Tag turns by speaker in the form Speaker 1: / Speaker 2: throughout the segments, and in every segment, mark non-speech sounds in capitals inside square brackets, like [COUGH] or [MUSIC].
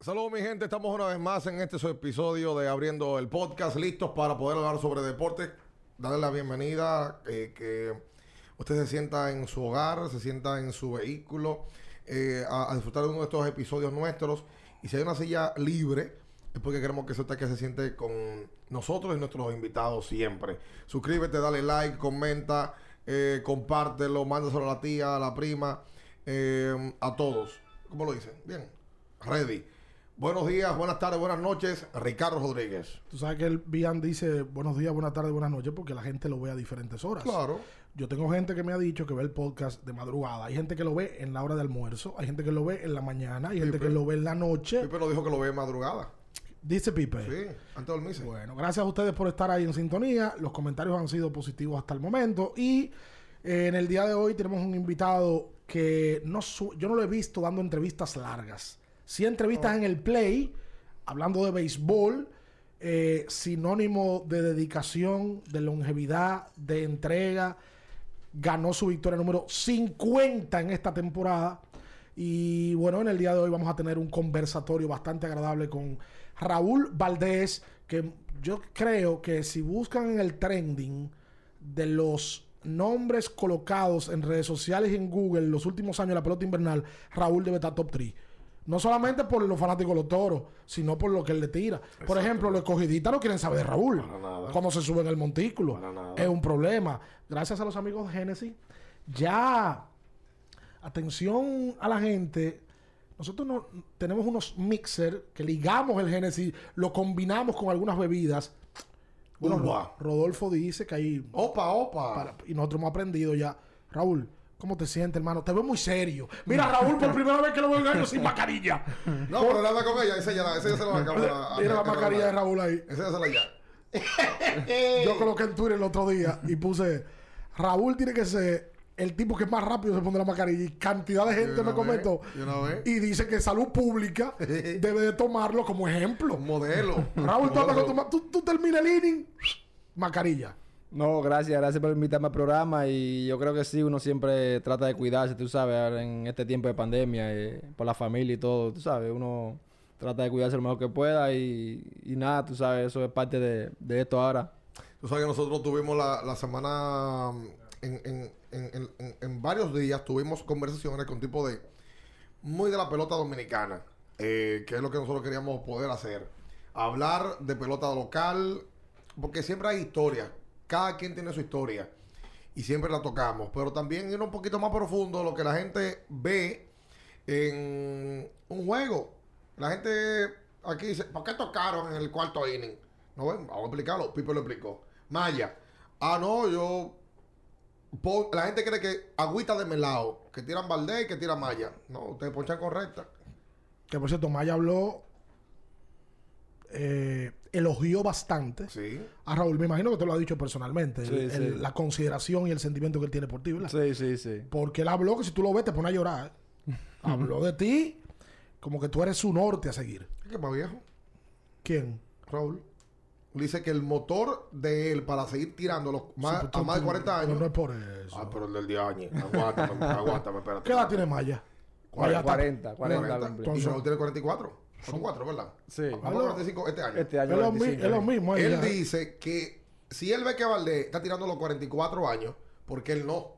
Speaker 1: Saludos mi gente, estamos una vez más en este su episodio de Abriendo el Podcast, listos para poder hablar sobre deporte, darle la bienvenida, eh, que usted se sienta en su hogar, se sienta en su vehículo, eh, a, a disfrutar de uno de estos episodios nuestros. Y si hay una silla libre, es porque queremos que usted que se siente con nosotros y nuestros invitados siempre. Suscríbete, dale like, comenta, eh, compártelo, mándaselo a la tía, a la prima, eh, a todos. ¿Cómo lo dicen? Bien. Ready. Buenos días, buenas tardes, buenas noches. Ricardo Rodríguez.
Speaker 2: Tú sabes que el Bian dice buenos días, buenas tardes, buenas noches porque la gente lo ve a diferentes horas.
Speaker 1: Claro.
Speaker 2: Yo tengo gente que me ha dicho que ve el podcast de madrugada. Hay gente que lo ve en la hora de almuerzo, hay gente que lo ve en la mañana, hay gente
Speaker 1: Pipe.
Speaker 2: que lo ve en la noche.
Speaker 1: Pipe lo dijo que lo ve de madrugada.
Speaker 2: Dice Pipe.
Speaker 1: Sí, antes de dormirse.
Speaker 2: Bueno, gracias a ustedes por estar ahí en sintonía. Los comentarios han sido positivos hasta el momento. Y eh, en el día de hoy tenemos un invitado que no su- yo no lo he visto dando entrevistas largas. Sí, entrevistas en el Play, hablando de béisbol, eh, sinónimo de dedicación, de longevidad, de entrega ganó su victoria número 50 en esta temporada. Y bueno, en el día de hoy vamos a tener un conversatorio bastante agradable con Raúl Valdés, que yo creo que si buscan en el trending de los nombres colocados en redes sociales y en Google los últimos años de la pelota invernal, Raúl debe estar top 3. No solamente por los fanáticos de los toros, sino por lo que él le tira. Por ejemplo, los escogidistas no quieren saber de Raúl.
Speaker 1: Para nada.
Speaker 2: Cuando se sube en el montículo.
Speaker 1: Para nada.
Speaker 2: Es un problema. Gracias a los amigos de Genesis. Ya, atención a la gente. Nosotros no, tenemos unos mixer que ligamos el Genesis, lo combinamos con algunas bebidas. Bueno,
Speaker 1: Uva.
Speaker 2: Rodolfo dice que hay...
Speaker 1: Opa, opa.
Speaker 2: para- y nosotros hemos aprendido ya. Raúl, ¿cómo te sientes, hermano? Te veo muy serio. Mira, Raúl, por primera vez que lo veo en año
Speaker 1: [LAUGHS]
Speaker 2: sin mascarilla.
Speaker 1: No, pero nada con ella. Esa ya la, esa ya se la va a acabar. a- a-
Speaker 2: Mira la
Speaker 1: a-
Speaker 2: mascarilla de Raúl ahí.
Speaker 1: Esa ya se la ya. [LAUGHS]
Speaker 3: Eh.
Speaker 2: Yo coloqué en Twitter el otro día y puse, Raúl tiene que ser el tipo que más rápido se pone la mascarilla. Y cantidad de gente
Speaker 1: una
Speaker 2: me
Speaker 1: vez,
Speaker 2: comentó.
Speaker 1: de una vez.
Speaker 2: Y dice que salud
Speaker 3: [LAUGHS]
Speaker 2: pública debe de tomarlo como ejemplo.
Speaker 1: Un modelo.
Speaker 2: Raúl, tú, andas
Speaker 1: Modelo.
Speaker 2: con tu ma- tú, tú terminas el inning, mascarilla.
Speaker 3: No, gracias, gracias por invitarme al programa y yo creo que sí, uno siempre trata de cuidarse, tú sabes, ahora en este tiempo de pandemia, eh, por la familia y todo, tú sabes, uno trata de cuidarse lo mejor que pueda y, y nada, tú sabes, eso es parte de, de esto ahora.
Speaker 1: Tú sabes que nosotros tuvimos la, la semana mm, en, en- en- en- en- en varios días tuvimos conversaciones con tipo de muy de la pelota dominicana, eh, que es lo que nosotros queríamos poder hacer. Hablar de pelota local, porque siempre hay historias, cada quien tiene su historia y siempre la tocamos, pero también ir un poquito más profundo de lo que la gente ve en un juego. La gente aquí dice, ¿por qué tocaron en el cuarto inning? No ven, vamos a explicarlo. Pipe lo explicó. Maya, ah, no, yo. pon- la gente cree que agüita de melado, que tiran Valdés y que tiran Maya. No, ustedes ponchan correcta.
Speaker 2: Que por cierto, Maya habló, eh, elogió bastante.
Speaker 1: Sí.
Speaker 2: A Raúl, me imagino que te lo ha dicho personalmente.
Speaker 3: Sí,
Speaker 2: el- el-
Speaker 3: sí.
Speaker 2: La consideración y el sentimiento que él tiene por ti, ¿verdad?
Speaker 3: Sí, sí, sí.
Speaker 2: Porque él habló que si tú lo ves te pone a [LAUGHS] llorar. ¿eh? habló de ti como que tú eres su norte a seguir.
Speaker 1: Es que más viejo,
Speaker 2: ¿Quién?
Speaker 1: Raúl. Dice que el motor de él para seguir tirando a los más,
Speaker 2: Sí, pero
Speaker 1: a
Speaker 2: pues, tú-
Speaker 1: más de
Speaker 2: tú-
Speaker 1: 40
Speaker 2: pero
Speaker 1: años.
Speaker 2: No es por eso.
Speaker 1: Ah, pero el del día año.
Speaker 2: [LAUGHS]
Speaker 1: Aguántame, aguántame, espérate.
Speaker 2: ¿Qué edad tiene Maya? Maya está-
Speaker 3: 40, 40,
Speaker 1: 40.
Speaker 3: cumplí.
Speaker 1: Y Raúl tiene 44. Son 4, ¿verdad?
Speaker 3: Sí.
Speaker 1: Vamos a 45 este año.
Speaker 3: Este
Speaker 2: Es
Speaker 3: año
Speaker 2: lo, mi-
Speaker 3: 25,
Speaker 2: es lo mismo.
Speaker 1: ¿eh? Él
Speaker 2: ella.
Speaker 1: dice que si él ve que Valdés está tirando los 44 años, porque él no.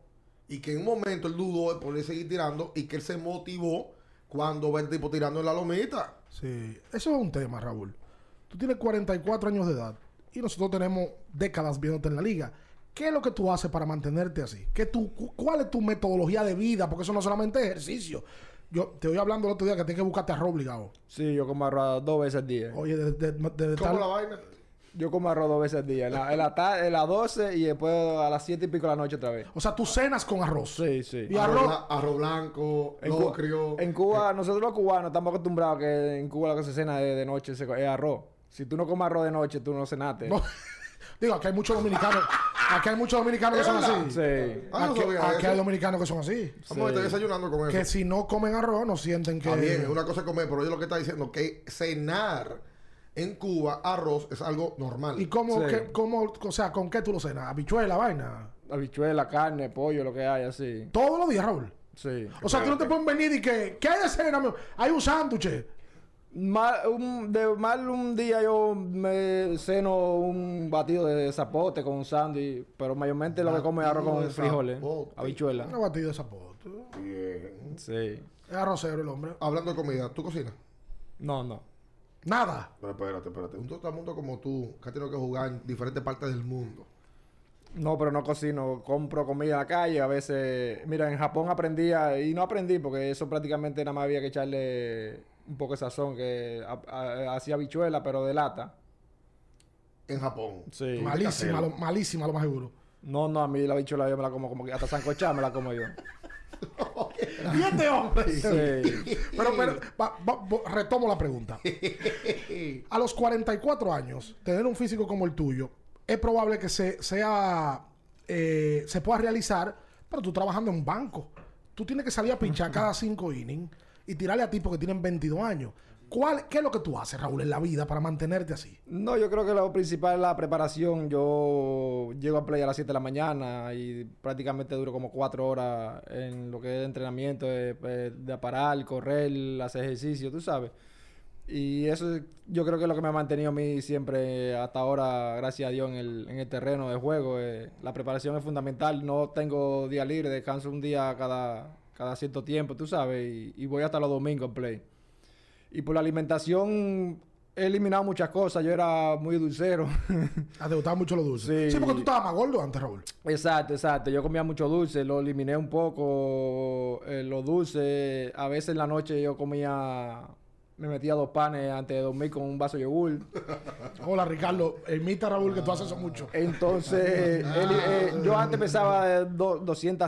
Speaker 1: Y que en un momento él dudó de poder seguir tirando y que él se motivó cuando ve el tipo tirando en la lomita.
Speaker 2: Sí. Eso es un tema, Raúl. Tú tienes 44 años de edad y nosotros tenemos décadas viéndote en la liga. ¿Qué es lo que tú haces para mantenerte así? ¿Qué tú, cu- ¿Cuál es tu metodología de vida? Porque eso no solamente es ejercicio. Yo te voy hablando el otro día que tienes que buscarte arroz obligado.
Speaker 3: Sí, yo como arroz dos veces al día.
Speaker 2: Oye, de, de, de- de
Speaker 1: ¿Cómo
Speaker 2: tal-
Speaker 1: la vaina?
Speaker 3: Yo como arroz dos veces al día, en la, en la tarde, en las 12 y después a las 7 y pico de la noche otra vez.
Speaker 2: O sea, tú cenas con arroz. eh,
Speaker 3: Sí, sí.
Speaker 2: Y arroz.
Speaker 1: bla- arroz blanco,
Speaker 3: En, Cu-
Speaker 1: locrio.
Speaker 3: en Cuba, nosotros los cubanos estamos acostumbrados que en Cuba lo que se cena de, de noche se co- es arroz. Si tú no comes arroz de noche, tú no cenaste.
Speaker 2: No. [LAUGHS] Digo, aquí hay muchos dominicanos. Aquí hay muchos dominicanos que
Speaker 1: ¿Es
Speaker 2: son
Speaker 1: verdad?
Speaker 2: así.
Speaker 3: Sí.
Speaker 1: Ah, no
Speaker 2: Aquí,
Speaker 1: sabía
Speaker 2: aquí
Speaker 1: eso.
Speaker 2: hay dominicanos que son así.
Speaker 1: Vamos, estoy
Speaker 3: Sí.
Speaker 1: desayunando con eso.
Speaker 2: Que si no comen arroz, no sienten que.
Speaker 1: Está bien, es una cosa es comer, pero yo lo que está diciendo que cenar en Cuba arroz es algo normal.
Speaker 2: ¿Y cómo,
Speaker 3: Sí.
Speaker 2: qué- cómo- o sea, con qué tú lo cenas? ¿Habichuela, vaina?
Speaker 3: Habichuela, carne, pollo, lo que haya, sí.
Speaker 2: Todos los días, Raúl.
Speaker 3: Sí.
Speaker 2: O sea, tú no te pueden venir y que. ¿Qué hay de cena? mi- Hay un sándwich.
Speaker 3: Mal un, de mal un día yo me ceno un batido de zapote con un sándwich, pero mayormente lo que como es arroz
Speaker 1: Batido
Speaker 3: con
Speaker 1: de
Speaker 3: frijoles,
Speaker 1: zapote.
Speaker 3: habichuela.
Speaker 2: Una batida de zapato.
Speaker 1: Bien.
Speaker 3: Sí.
Speaker 2: Es arrocero el hombre.
Speaker 1: Hablando de comida, ¿tú cocinas?
Speaker 3: No, no.
Speaker 2: Nada.
Speaker 1: Pero espérate, espérate. Un trotamundo como tú, que ha tenido que jugar en diferentes partes del mundo.
Speaker 3: No, pero no cocino, compro comida en la calle, a veces, mira, en Japón aprendí a- y no aprendí porque eso prácticamente nada más había que echarle un poco de sazón que a- a- hacía habichuela, pero de lata.
Speaker 1: En Japón.
Speaker 3: Sí.
Speaker 1: Mal-
Speaker 2: Malísima,
Speaker 1: casero.
Speaker 2: lo, malísima, lo más
Speaker 1: [LAUGHS]
Speaker 2: seguro.
Speaker 3: No, no, a mí la habichuela yo me la como como que hasta sancochada me la como yo.
Speaker 2: ¿Y este hombre?
Speaker 3: [LAUGHS] Sí.
Speaker 2: Pero, pero, va- va- vo- retomo la pregunta. A los 44 años, tener un físico como el tuyo es probable que se, sea, eh, se pueda realizar, pero tú trabajando en un banco. Tú tienes que salir a pinchar cada cinco innings y tirarle a tipos que tienen 22 años. ¿Cuál, ¿Qué es lo que tú haces, Raúl, en la vida para mantenerte así?
Speaker 3: No, yo creo que lo principal es la preparación. Yo llego a play a las 7 de la mañana y prácticamente duro como 4 horas en lo que es entrenamiento, de, eh, de parar, correr, hacer ejercicio, tú sabes. Y eso es- yo creo que es lo que me ha mantenido a mí siempre eh, hasta ahora, gracias a Dios, en el, en el terreno de juego. eh. La preparación es fundamental. No tengo día libre, descanso un día cada, cada cierto tiempo, tú sabes. Y, y voy hasta los domingos en play. Y por la alimentación he eliminado muchas cosas. Yo era muy dulcero. [LAUGHS]
Speaker 2: Ah, te gustaba mucho lo dulce.
Speaker 3: Sí.
Speaker 2: Sí, porque tú estabas más gordo antes, Raúl.
Speaker 3: exacto, exacto. Yo comía mucho dulce, lo eliminé un poco. eh, lo dulce, a veces en la noche yo comía, me metía dos panes antes de dormir con un vaso de yogur.
Speaker 2: Hola, Ricardo. Imita a Raúl, que tú haces eso mucho.
Speaker 3: Entonces, él- eh, yo antes pesaba eh, do-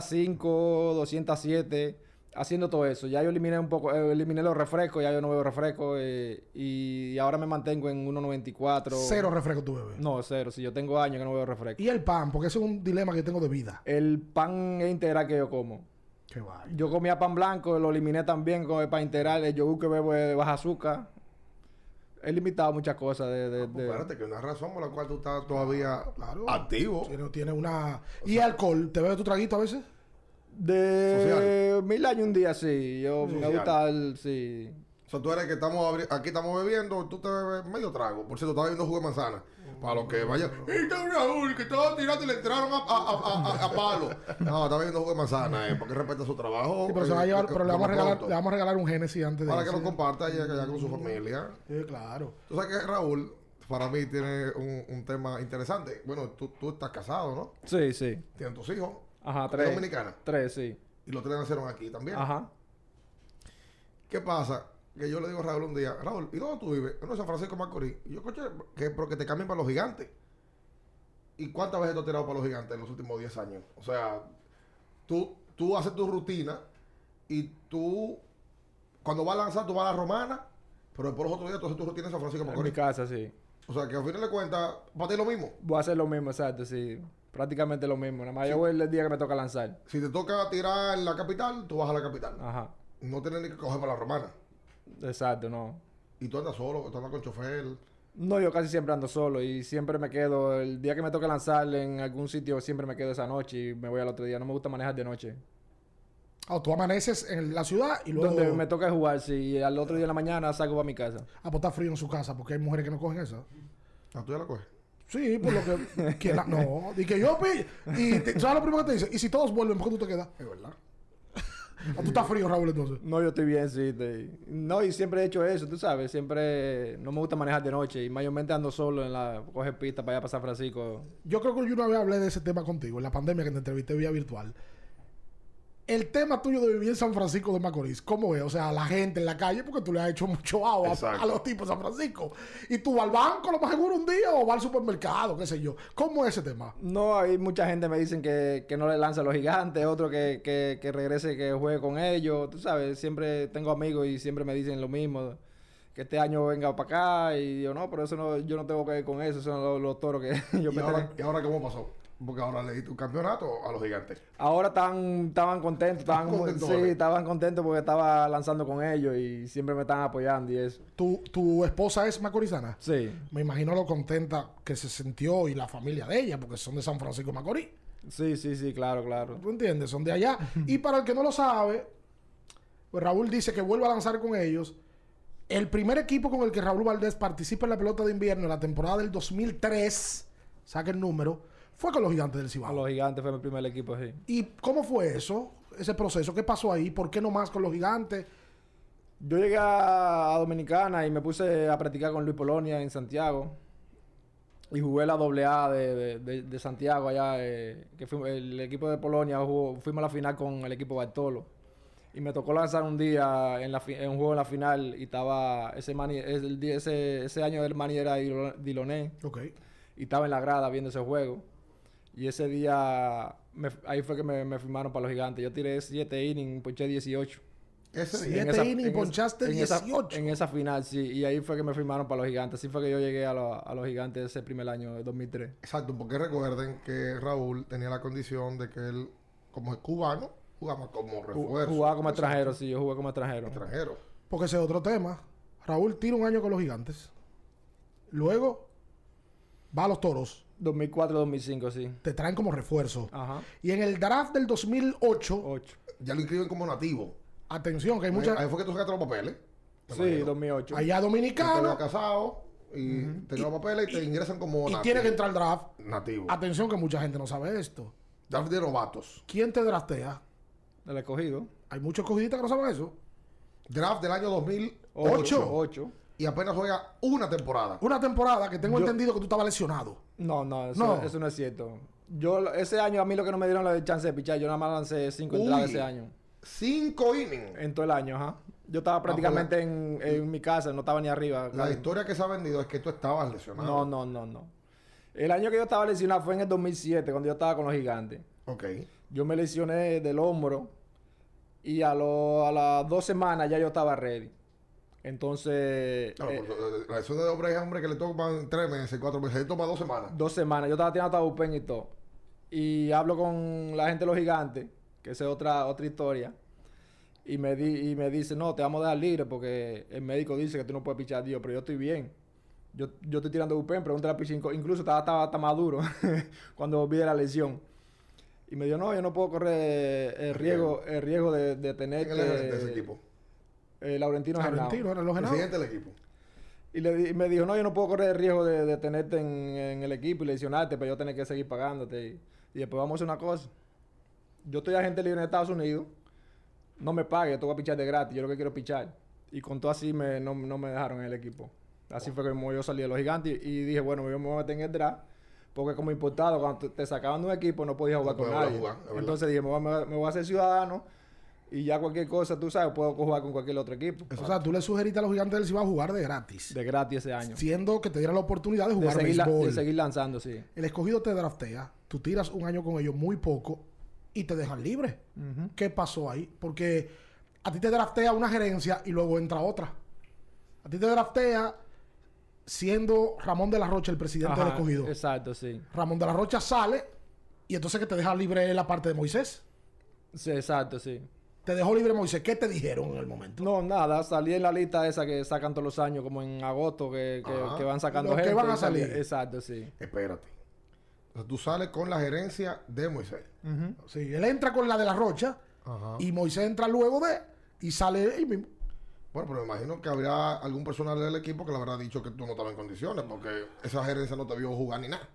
Speaker 3: 205, 207, haciendo todo eso. Ya yo eliminé un poco, eh, eliminé los refrescos, ya yo no bebo refrescos eh, y ahora me mantengo en 1.94.
Speaker 2: Cero refresco tu
Speaker 1: Pues.
Speaker 2: bebé.
Speaker 3: No, cero. Si yo tengo años que no bebo refresco.
Speaker 2: Y el pan, porque ese es un dilema que tengo de vida.
Speaker 3: El pan integral que yo como.
Speaker 2: Qué vaina.
Speaker 3: Yo comía pan blanco, lo eliminé también con el pan integral. El yogur que bebo es de baja azúcar. He limitado muchas cosas de... de-
Speaker 1: Pues
Speaker 3: de-
Speaker 1: espérate, que una razón por la cual tú estás todavía
Speaker 2: Claro.
Speaker 1: activo.
Speaker 2: Tiene, tiene una. ¿Y alcohol? ¿Te bebes tu traguito a veces?
Speaker 3: de mil años un día, sí. Yo me
Speaker 1: Social.
Speaker 3: gusta el... Sí.
Speaker 1: O sea, tú eres que estamos abri- aquí estamos bebiendo, tú te bebes medio trago. Por cierto, estaba bebiendo jugo de manzana. Para los
Speaker 2: Mm.
Speaker 1: que vayan. ¡Está Raúl! Que estaba tirando y le entraron a, a- a- a- a palo. No, estaba bebiendo jugo de manzana, eh, porque respeta su trabajo.
Speaker 2: Sí, pero se va a
Speaker 1: eh,
Speaker 2: llevar,
Speaker 1: que-
Speaker 2: pero le
Speaker 1: que
Speaker 2: vamos a
Speaker 1: lo
Speaker 2: regalar,
Speaker 1: pronto.
Speaker 2: le vamos a regalar un Genesis antes de
Speaker 1: Para que lo
Speaker 2: irse.
Speaker 1: comparta allá, allá con su familia.
Speaker 2: Sí, claro.
Speaker 1: Tú sabes que Raúl, para mí, tiene un, un tema interesante. Bueno, tú, tú estás casado, ¿no?
Speaker 3: Sí, sí.
Speaker 1: Tienes tus hijos.
Speaker 3: Ajá,
Speaker 1: Es
Speaker 3: tres.
Speaker 1: dominicana.
Speaker 3: Tres, sí.
Speaker 1: Y los tres nacieron aquí también.
Speaker 3: Ajá.
Speaker 1: ¿Qué pasa? Que yo le digo a Raúl un día, Raúl, ¿y dónde tú vives? En San Francisco Macorís. Y yo, coche, que, pero que te cambien para los gigantes. ¿Y cuántas veces tú has tirado para los gigantes en los últimos 10 años? O sea, tú, tú haces tu rutina y tú, cuando vas a lanzar, tú vas a la romana, pero después los otros días tú haces tu rutina en San Francisco
Speaker 3: En mi
Speaker 1: Macorís.
Speaker 3: casa, sí.
Speaker 1: O sea, que al final de cuentas, para ti es lo mismo.
Speaker 3: Voy a hacer lo mismo, exacto, sí. Prácticamente lo mismo. Nada más yo voy el día que me toca lanzar.
Speaker 1: Si te toca tirar en la capital, tú vas a la capital.
Speaker 3: Ajá.
Speaker 1: No tienes ni que coger para la romana.
Speaker 3: Exacto, no.
Speaker 1: Y tú andas solo, tú andas con chofer.
Speaker 3: No, yo casi siempre ando solo y siempre me quedo. El día que me toque lanzar en algún sitio, siempre me quedo esa noche y me voy al otro día. No me gusta manejar de noche.
Speaker 2: Ah, tú amaneces en la ciudad y luego.
Speaker 3: Donde me toca jugar, sí. Y al otro día en la mañana salgo para mi casa.
Speaker 2: Ah, pues está frío en su casa, porque hay mujeres que no cogen eso.
Speaker 1: Ah, tú ya la coges.
Speaker 2: Sí, por lo
Speaker 3: [LAUGHS]
Speaker 2: que. que la- no, y que yo pi- Y te- ¿sabes lo primero que te dice? Y si todos vuelven, ¿por qué tú te quedas?
Speaker 1: Es verdad.
Speaker 2: Ah, tú estás frío, Raúl, entonces.
Speaker 3: No, yo estoy bien, sí. te- No, y siempre he hecho eso, tú sabes. Siempre no me gusta manejar de noche y mayormente ando solo en la. Coge pista para allá para San Francisco.
Speaker 2: Yo creo que yo una vez hablé de ese tema contigo, en la pandemia que te entrevisté vía virtual. El tema tuyo de vivir en San Francisco de Macorís, ¿cómo es? O sea, la gente en la calle, porque tú le has hecho mucho agua a,
Speaker 1: Exacto.
Speaker 2: los tipos de San Francisco. Y tú vas al banco, lo más seguro, un día, o vas al supermercado, qué sé yo. ¿Cómo es ese tema?
Speaker 3: No, hay mucha gente me dicen que, que no le lanza a los gigantes, otro que, que, que regrese, que juegue con ellos. Tú sabes, siempre tengo amigos y siempre me dicen lo mismo. Que este año venga para acá y yo no, pero eso no, yo no tengo que ver con eso, son los, los toros que [LAUGHS] yo
Speaker 1: ¿Y
Speaker 3: me
Speaker 1: ahora,
Speaker 3: tengo".
Speaker 1: ¿Y ahora cómo pasó? Porque ahora le diste un campeonato a los gigantes.
Speaker 3: Ahora estaban, estaban
Speaker 1: [LAUGHS]
Speaker 3: contentos, estaban, como-
Speaker 1: Contentos,
Speaker 3: sí,
Speaker 1: vale.
Speaker 3: estaban contentos porque estaba lanzando con ellos y siempre me están apoyando y eso.
Speaker 2: ¿Tu, tu esposa es macorizana?
Speaker 3: Sí,
Speaker 2: Me imagino lo contenta que se sintió y la familia de ella, porque son de San Francisco de Macorís.
Speaker 3: sí, sí, sí, claro, claro.
Speaker 2: ¿Tú entiendes? Son de allá. Y para el que no lo sabe, pues Raúl dice que vuelve a lanzar con ellos. El primer equipo con el que Raúl Valdés participa en la pelota de invierno en la temporada del 2003, saca el número, fue con los gigantes del
Speaker 3: Con
Speaker 2: Cibao.
Speaker 3: los gigantes fue mi primer equipo, sí.
Speaker 2: ¿Y cómo fue eso? Ese proceso, ¿qué pasó ahí? ¿Por qué no más con los gigantes?
Speaker 3: Yo llegué a a Dominicana y me puse a practicar con Luis Polonia en Santiago. Y jugué la doble A de, de- de- de Santiago allá, eh, que fui- el equipo de Polonia jugó, fuimos a la final con el equipo Bartolo. Y me tocó lanzar un día en, la fi- en un juego en la final y estaba ese mani, es el día- ese, ese año del mani era Dilo- Diloné
Speaker 2: Ok.
Speaker 3: y estaba en la grada viendo ese juego. Y ese día me- ahí fue que me, me firmaron para los gigantes. Yo tiré 7 innings, ponché 18
Speaker 1: Ese
Speaker 2: Sí.
Speaker 1: día.
Speaker 2: Siete innings, ponchaste
Speaker 3: en esa-
Speaker 2: 18.
Speaker 3: en esa final, sí. Y ahí fue que me firmaron para los gigantes. Así fue que yo llegué a, lo- a los gigantes ese primer año, de 2003.
Speaker 1: Exacto, porque recuerden que Raúl tenía la condición de que él, como es cubano, jugaba como
Speaker 3: Ju-
Speaker 1: refuerzo.
Speaker 3: Jugaba como extranjero, sí. Yo jugué como extranjero.
Speaker 1: extranjero.
Speaker 2: Porque ese es otro tema. Raúl tira un año con los gigantes. Luego va a los toros.
Speaker 3: 2004-2005, sí.
Speaker 2: Te traen como refuerzo.
Speaker 3: Ajá.
Speaker 2: Y en el draft del 2008,
Speaker 3: 8.
Speaker 1: Ya lo inscriben como nativo.
Speaker 2: atención, que hay
Speaker 1: Ahí- Ahí
Speaker 2: muchas.
Speaker 1: fue que tú sacaste los papeles. me
Speaker 3: Sí,
Speaker 1: imagino.
Speaker 3: 2008.
Speaker 2: Allá
Speaker 1: Tú te habías
Speaker 2: dominicano.
Speaker 1: casado y tenías los papeles y te ingresan como
Speaker 2: Y
Speaker 1: nativo.
Speaker 2: tiene que Ah. entrar al draft.
Speaker 1: Nativo.
Speaker 2: Atención, que mucha gente no sabe esto.
Speaker 1: Draft de novatos.
Speaker 2: ¿Quién te draftea?
Speaker 3: Del escogido.
Speaker 2: Hay muchos cogiditas que no saben eso.
Speaker 1: Draft del año 2008.
Speaker 3: 8. 8.
Speaker 1: Y apenas juega una temporada.
Speaker 2: Una temporada que tengo
Speaker 3: Yo-
Speaker 2: entendido que tú estabas lesionado.
Speaker 3: No, no eso,
Speaker 2: No.
Speaker 3: eso no es cierto. Yo, lo- ese año a mí lo que no me dieron la chance de pichar, yo nada más lancé 5 entradas
Speaker 1: Uy.
Speaker 3: ese año.
Speaker 1: Cinco innings.
Speaker 3: En todo el año, ajá. Yo
Speaker 2: Ah,
Speaker 3: estaba
Speaker 2: pues
Speaker 3: prácticamente en, en mi casa, no estaba ni arriba.
Speaker 1: La historia que se ha vendido es que tú estabas lesionado.
Speaker 3: No, no, no, no. El año que yo estaba lesionado fue en el 2007, cuando yo estaba con los gigantes.
Speaker 1: Ok.
Speaker 3: Yo me lesioné del hombro y a, lo- a las dos semanas ya yo estaba ready. Entonces,
Speaker 1: Claro,
Speaker 3: eh,
Speaker 1: porque la lesión de hombre es hombre que le toman tres meses, cuatro meses. Él toma dos semanas.
Speaker 3: dos semanas, yo estaba tirando hasta bullpen y todo. Y hablo con la gente de los gigantes, que esa es otra, otra historia. Y me, di, y me dice, no, te vamos a dejar libre porque el médico dice que tú no puedes pichar, Dios, pero yo estoy bien. Yo, yo estoy tirando bullpen, pregúntale a Pichinco. Incluso estaba, estaba, hasta más duro [LAUGHS] cuando volví de la lesión. Y me dijo, no, yo no puedo correr el riesgo, el riesgo de, de tener
Speaker 1: ¿Quién es el gerente de ese equipo?
Speaker 3: eh, Laurentino Genao".
Speaker 2: Argentino, eran los
Speaker 1: El
Speaker 2: genados.
Speaker 1: siguiente del equipo.
Speaker 3: Y le di- y me dijo, no, yo no puedo correr el riesgo de, de tenerte en, en el equipo y lesionarte, este, pero yo tener que seguir pagándote. Y, y después vamos a hacer una cosa. Yo estoy agente libre en Estados Unidos, no me pague, yo te voy a pichar de gratis, yo lo que quiero es pichar. Y con todo así me, no, no me dejaron en el equipo. Así fue como yo salí de los gigantes y dije, bueno, yo me voy a meter en el draft. Porque como importado, cuando te- te sacaban de un equipo no podías jugar
Speaker 1: No
Speaker 3: con
Speaker 1: podías
Speaker 3: nadie.
Speaker 1: jugar, es verdad.
Speaker 3: Entonces dije, me voy, a, me voy a hacer ciudadano y ya cualquier cosa, tú sabes, puedo jugar con cualquier otro equipo.
Speaker 2: O sea, tú le sugeriste a los gigantes del Cibao jugar de gratis.
Speaker 3: De gratis ese año.
Speaker 2: Siendo que te dieran la oportunidad de
Speaker 3: De
Speaker 2: jugar
Speaker 3: seguir, la- de
Speaker 2: béisbol.
Speaker 3: seguir lanzando, sí.
Speaker 2: El escogido te draftea, tú tiras un año con ellos muy poco y te dejan libre. ¿Qué pasó ahí? Porque a ti te draftea una gerencia y luego entra otra. A ti te draftea siendo Ramón de la Rocha el presidente
Speaker 3: Ajá,
Speaker 2: del escogido.
Speaker 3: Exacto, sí.
Speaker 2: Ramón de la Rocha sale y entonces que te deja libre la parte de Moisés.
Speaker 3: Sí, exacto, sí.
Speaker 2: Te dejó libre Moisés. ¿Qué te dijeron en el momento?
Speaker 3: No, nada, salí en la lista esa que sacan todos los años, como en agosto, que, que-
Speaker 1: Ajá.
Speaker 3: que van sacando
Speaker 2: Los que
Speaker 3: gente.
Speaker 2: van a
Speaker 3: y salí-
Speaker 2: salir.
Speaker 3: Exacto, sí.
Speaker 1: Espérate. Entonces tú sales con la gerencia de Moisés.
Speaker 2: Sí, él entra con la de la Rocha
Speaker 1: Ajá.
Speaker 2: y Moisés entra luego de y sale él mismo.
Speaker 1: Bueno, pero me imagino que habrá algún personal del equipo que le habrá dicho que tú no estabas en condiciones, porque esa gerencia no te vio jugar ni nada.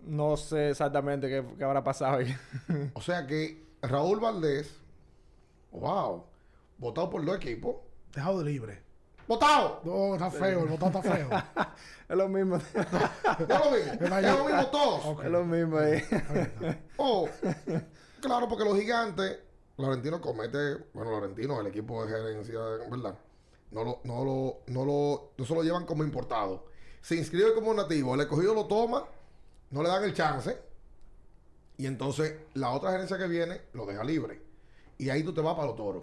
Speaker 3: No sé exactamente qué, qué habrá pasado ahí. [LAUGHS]
Speaker 1: O sea que Raúl Valdés, wow, votado por dos equipos.
Speaker 2: Dejado de libre. [LAUGHS]
Speaker 1: ¡Votado!
Speaker 2: No, está feo, el botón está feo.
Speaker 3: es lo mismo.
Speaker 1: Es lo mismo. es lo mismo todos.
Speaker 3: es lo mismo eh. ahí.
Speaker 1: Oh, [LAUGHS] claro, porque los gigantes, Laurentino comete, bueno, Laurentino, el equipo de gerencia, ¿verdad? No lo, no lo, no lo, no se lo llevan como importado. Se inscribe como nativo, el escogido lo toma, no le dan el chance, y entonces la otra gerencia que viene lo deja libre. Y ahí tú te vas para los toros.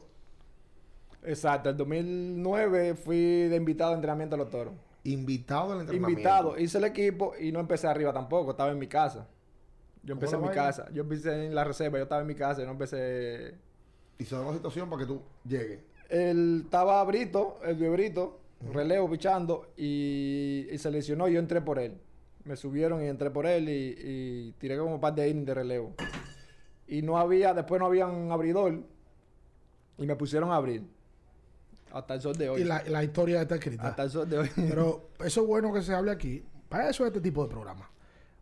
Speaker 3: exacto, el 2009 fui de invitado a entrenamiento a los toros.
Speaker 1: Invitado al entrenamiento.
Speaker 3: Invitado, hice el equipo y no empecé arriba tampoco, estaba en mi casa.
Speaker 1: ¿Cómo
Speaker 3: Yo empecé
Speaker 1: la
Speaker 3: en mi
Speaker 1: vaina?
Speaker 3: casa, yo empecé en la reserva, yo estaba en mi casa, yo no empecé
Speaker 1: Y se da una situación para que tú llegues.
Speaker 3: Él estaba Brito, el de Brito, relevo pichando, y, y se lesionó y yo entré por él. Me subieron y entré por él y, y tiré como un par de innings de relevo. Y no había, después no había un abridor y me pusieron a abrir. Hasta el sol de hoy.
Speaker 2: y la, la historia está escrita.
Speaker 3: Hasta el sol de hoy. [LAUGHS]
Speaker 2: Pero eso es bueno que se hable aquí. Para eso es este tipo de programa.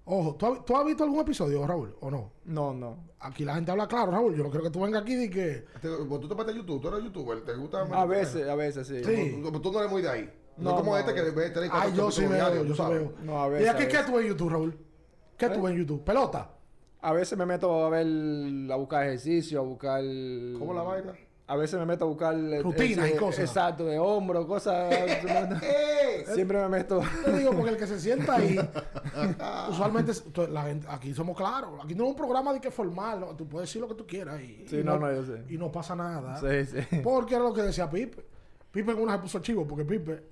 Speaker 2: Ojo, ¿tú, has- tú has visto algún episodio, Raúl? ¿O no?
Speaker 3: No, no.
Speaker 2: Aquí la gente habla claro, Raúl. Yo no quiero que tú vengas aquí y que...
Speaker 1: Te- vos Este, pues tú te metes a YouTube, tú eres youtuber, te gusta.
Speaker 3: A veces, a veces sí.
Speaker 2: Sí.
Speaker 1: Tú, tú- tú no eres muy de ahí. No,
Speaker 3: No,
Speaker 1: como
Speaker 3: no.
Speaker 1: este que ve tres
Speaker 2: Ay, yo sí veo, yo sí veo.
Speaker 3: No, a ¿Eh? ver,
Speaker 2: Mira,
Speaker 3: a
Speaker 2: ¿qué,
Speaker 3: ver.
Speaker 2: ¿qué tú ves en YouTube, Raúl? ¿Qué tú ves en YouTube? ¿Pelota?
Speaker 3: A veces me meto a ver, a buscar ejercicio, a buscar...
Speaker 1: ¿Cómo la vaina?
Speaker 3: A veces me meto a buscar... eh,
Speaker 2: Rutinas y
Speaker 3: eh,
Speaker 2: cosas.
Speaker 3: Exacto, de hombro, cosas... Siempre me meto...
Speaker 2: Te digo, porque el que se sienta
Speaker 3: [LAUGHS]
Speaker 2: ahí, usualmente es- tú- la gente, aquí somos claros. Aquí no es un programa de que formal, ¿no? tú puedes decir lo que tú quieras y,
Speaker 3: Sí,
Speaker 2: y
Speaker 3: no, no, yo sé.
Speaker 2: y no pasa nada.
Speaker 3: Sí,
Speaker 1: Eh.
Speaker 3: sí.
Speaker 2: Porque era lo que decía Pipe. Pipe en una se puso chivo, porque Pipe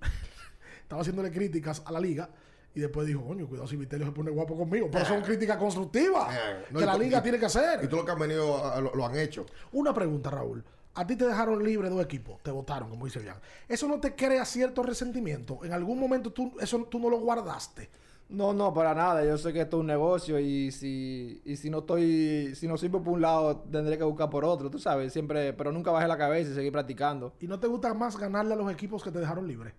Speaker 2: [LAUGHS] estaba haciéndole críticas a la liga. Y después dijo, coño, cuidado si Vitelio se pone guapo conmigo. Pero son críticas constructivas
Speaker 1: Eh, no,
Speaker 2: que
Speaker 1: y
Speaker 2: la
Speaker 1: tú-
Speaker 2: liga
Speaker 1: y-
Speaker 2: tiene que hacer.
Speaker 1: Y tú lo que han venido a- a- lo, lo han hecho.
Speaker 2: Una pregunta, Raúl. A ti te dejaron libre dos equipos, te votaron, como dice Bian. ¿Eso no te crea cierto resentimiento? ¿En algún momento tú, eso tú no lo guardaste?
Speaker 3: No, no, para nada. Yo sé que esto es un negocio y si, y si no estoy, si no sirvo por un lado, tendré que buscar por otro, tú sabes, siempre, pero nunca bajé la cabeza y seguí practicando.
Speaker 2: ¿Y no te gusta más ganarle a los equipos que te dejaron libre?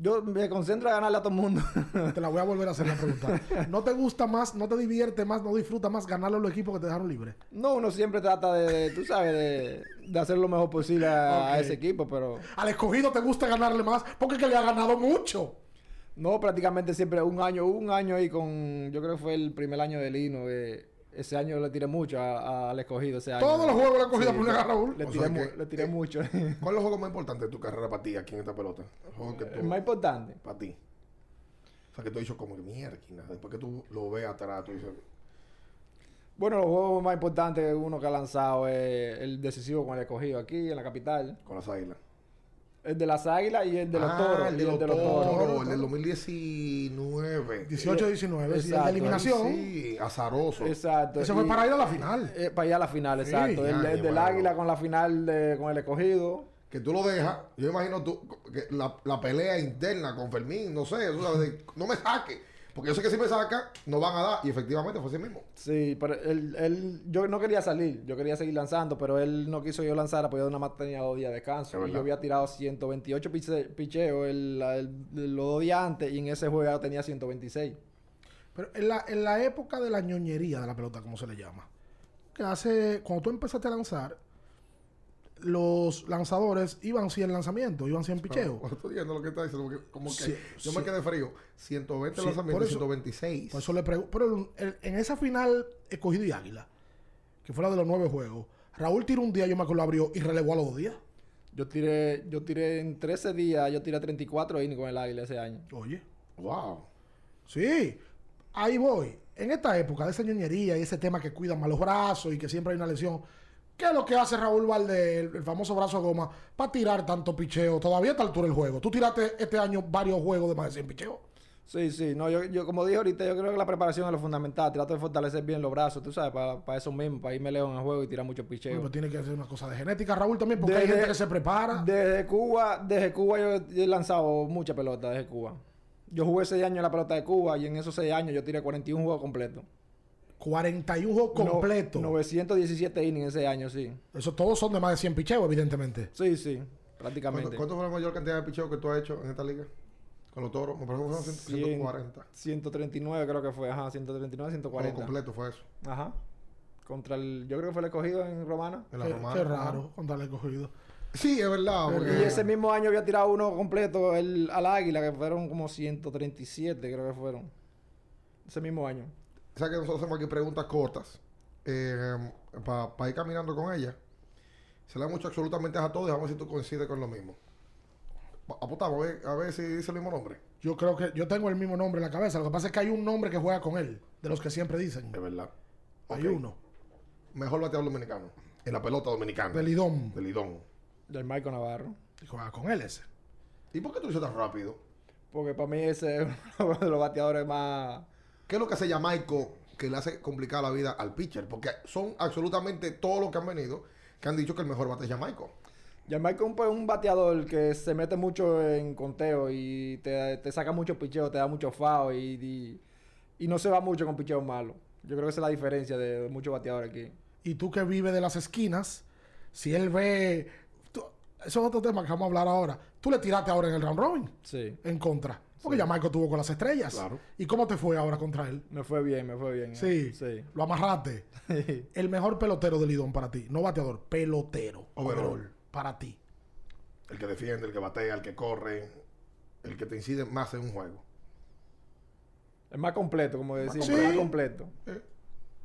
Speaker 3: Yo me concentro a ganarle a todo el mundo. [LAUGHS]
Speaker 2: Te la voy a volver a hacer la pregunta. ¿No te gusta más, no te divierte más, no disfruta más ganarle a los equipos que te dejaron libre?
Speaker 3: no, uno siempre trata de, de, tú sabes, de, de hacer lo mejor posible a, a
Speaker 2: Ok.
Speaker 3: ese equipo, pero
Speaker 2: Al escogido te gusta ganarle más porque es que le ha ganado mucho.
Speaker 3: no, prácticamente siempre un año, hubo un año ahí con, yo creo que fue el primer año de Lino, eh, ese año le tiré mucho a- a- al escogido ese año.
Speaker 2: Todos los juegos le ha cogido
Speaker 3: Sí,
Speaker 2: por una gana, Raúl.
Speaker 3: Le
Speaker 1: O
Speaker 3: tiré,
Speaker 1: sea
Speaker 3: mu-
Speaker 1: que- eh,
Speaker 3: le tiré mucho. [LAUGHS]
Speaker 1: ¿Cuál es el juego más importante de tu carrera para ti aquí en esta pelota? El juego que tú.
Speaker 3: es más importante.
Speaker 1: Para ti. O sea, que tú has dicho como que mierda. Después que tú lo ves atrás, tú dices.
Speaker 3: Bueno, los juegos más importantes que uno que ha lanzado es el decisivo con el escogido aquí en la capital.
Speaker 1: Con las águilas.
Speaker 3: El de las águilas y el de los
Speaker 1: Ah,
Speaker 3: toros.
Speaker 1: El
Speaker 3: y
Speaker 1: de los toros.
Speaker 2: toros.
Speaker 1: El del 2019.
Speaker 2: 18-19, sí, el
Speaker 3: Exacto.
Speaker 2: de eliminación.
Speaker 1: Sí, azaroso.
Speaker 3: Exacto.
Speaker 2: Eso fue
Speaker 3: y-
Speaker 2: para ir a la final.
Speaker 3: eh, para allá a la final,
Speaker 2: Sí,
Speaker 3: exacto. el,
Speaker 1: ya,
Speaker 3: el
Speaker 1: ya,
Speaker 3: del
Speaker 1: bueno.
Speaker 3: águila con la final de- con el escogido.
Speaker 1: Que tú lo dejas. Yo imagino tú, que la, la pelea interna con Fermín, no sé. tú sabes, de, no me saque. Porque yo sé que si me saca, no van a dar. Y efectivamente fue así mismo.
Speaker 3: Sí, pero él, él- yo no quería salir, yo quería seguir lanzando, pero él no quiso yo lanzar, pues yo nada más tenía dos días de
Speaker 1: Es
Speaker 3: descanso. Y
Speaker 1: verdad.
Speaker 3: yo había tirado 128 piche- picheos el, el- los dos días antes y en ese juego ya tenía 126.
Speaker 2: Pero en la, en la época de la ñoñería de la pelota, como se le llama, que hace, cuando tú empezaste a lanzar, los lanzadores iban 100 lanzamientos, iban 100 picheos.
Speaker 1: Bueno, estoy viendo lo que está diciendo. Porque, como que
Speaker 2: Sí,
Speaker 1: yo
Speaker 2: sí.
Speaker 1: me quedé frío. 120
Speaker 2: Sí, por
Speaker 1: lanzamientos,
Speaker 2: eso-
Speaker 1: 126.
Speaker 2: Por eso le pregunto. Pero en, en esa final escogido y águila, que fue la de los nueve juegos, Raúl tiró un día, yo me acuerdo, lo abrió y relevó a los dos días.
Speaker 3: Yo tiré, yo tiré en 13 días, yo tiré 34 innings con el águila ese año.
Speaker 2: Oye.
Speaker 1: wow.
Speaker 2: Sí, ahí voy. En esta época de esa ñoñería y ese tema que cuidan mal los brazos y que siempre hay una lesión, ¿qué es lo que hace Raúl Valdés, el, el famoso brazo de goma, para tirar tanto picheo? Todavía a esta altura el juego. Tú tiraste este año varios juegos de más de 100 picheos.
Speaker 3: Sí, sí, no, yo, yo como dije ahorita, yo creo que la preparación es lo fundamental. Trato de fortalecer bien los brazos, tú sabes, para, para eso mismo, para irme lejos en el juego y tirar muchos
Speaker 2: Uy,
Speaker 3: picheos.
Speaker 2: Pero tiene que hacer una cosa de genética, Raúl, también, porque hay
Speaker 3: Desde-
Speaker 2: gente que se prepara.
Speaker 3: Desde Cuba, desde Cuba yo he lanzado mucha pelota desde Cuba. Yo jugué seis años en la pelota de Cuba y en esos seis años yo tiré 41 juegos completos.
Speaker 2: 41 juegos
Speaker 3: No-
Speaker 2: completos.
Speaker 3: 917 innings ese año, sí.
Speaker 2: Eso todos son de más de 100 picheos, evidentemente.
Speaker 3: Sí, sí,
Speaker 1: ¿Cuánto,
Speaker 3: prácticamente.
Speaker 1: cuánto fue la mayor cantidad de picheos que tú has hecho en esta liga? Con los toros. Me parece que fueron
Speaker 3: 100,
Speaker 1: 140.
Speaker 3: 139 creo que fue, ajá, 139,
Speaker 1: Todo
Speaker 3: 140.
Speaker 1: completo fue eso.
Speaker 3: Ajá. Contra el, yo creo que fue el escogido en Romana.
Speaker 1: En la
Speaker 2: qué,
Speaker 1: romana.
Speaker 2: qué raro, cuando le he cogido.
Speaker 1: Sí, es verdad.
Speaker 2: Pero-
Speaker 1: Porque
Speaker 3: Y ese mismo año había tirado uno completo el, al Águila, que fueron como 137, creo que fueron. Ese mismo año.
Speaker 1: ¿Sabes que nosotros hacemos aquí preguntas cortas? Para ir caminando con ella. Se la hemos hecho absolutamente a todos. y Vamos a ver si tú coincides con lo mismo. Va- Apostamos a ver, a ver si dice el mismo nombre.
Speaker 2: Yo creo que yo tengo el mismo nombre en la cabeza. Lo que pasa es que hay un nombre que juega con él, de los que siempre dicen.
Speaker 1: Es verdad.
Speaker 2: Hay
Speaker 1: Ok.
Speaker 2: uno.
Speaker 1: Mejor bateador dominicano. En la pelota dominicana. Del
Speaker 2: Pelidón.
Speaker 1: Lidón.
Speaker 3: Del Marco Navarro.
Speaker 2: Y juega con él ese.
Speaker 1: ¿Y por qué tú dices tan rápido?
Speaker 3: Porque para mí ese es [LAUGHS] uno de los bateadores más...
Speaker 1: ¿Qué es lo que hace Jamaico que le hace complicar la vida al pitcher? Porque son absolutamente todos los que han venido que han dicho que el mejor bate es Jamaico.
Speaker 3: Ya Marco es un, pues, un bateador que se mete mucho en conteo y te, te saca mucho picheo, te da mucho fao y, y, y no se va mucho con picheo malo. Yo creo que esa es la diferencia de, muchos bateadores aquí.
Speaker 2: Y tú que vives de las esquinas, si él ve. tú- eso es otro tema que vamos a hablar ahora. Tú le tiraste ahora en el round robin,
Speaker 3: Sí.
Speaker 2: en contra. Porque ya Michael tuvo con las estrellas.
Speaker 1: Claro.
Speaker 2: ¿Y cómo te fue ahora contra él?
Speaker 3: Me fue bien, me fue bien.
Speaker 2: Sí.
Speaker 3: eh. Sí.
Speaker 2: Lo amarraste.
Speaker 3: [LAUGHS]
Speaker 2: El mejor pelotero del Lidón para ti. No bateador, pelotero.
Speaker 1: Overall.
Speaker 2: Para ti.
Speaker 1: El que defiende, el que batea, el que corre, el que te incide más en un juego.
Speaker 3: Es más completo, como decimos.
Speaker 2: completo.
Speaker 3: Más completo.
Speaker 1: Eh,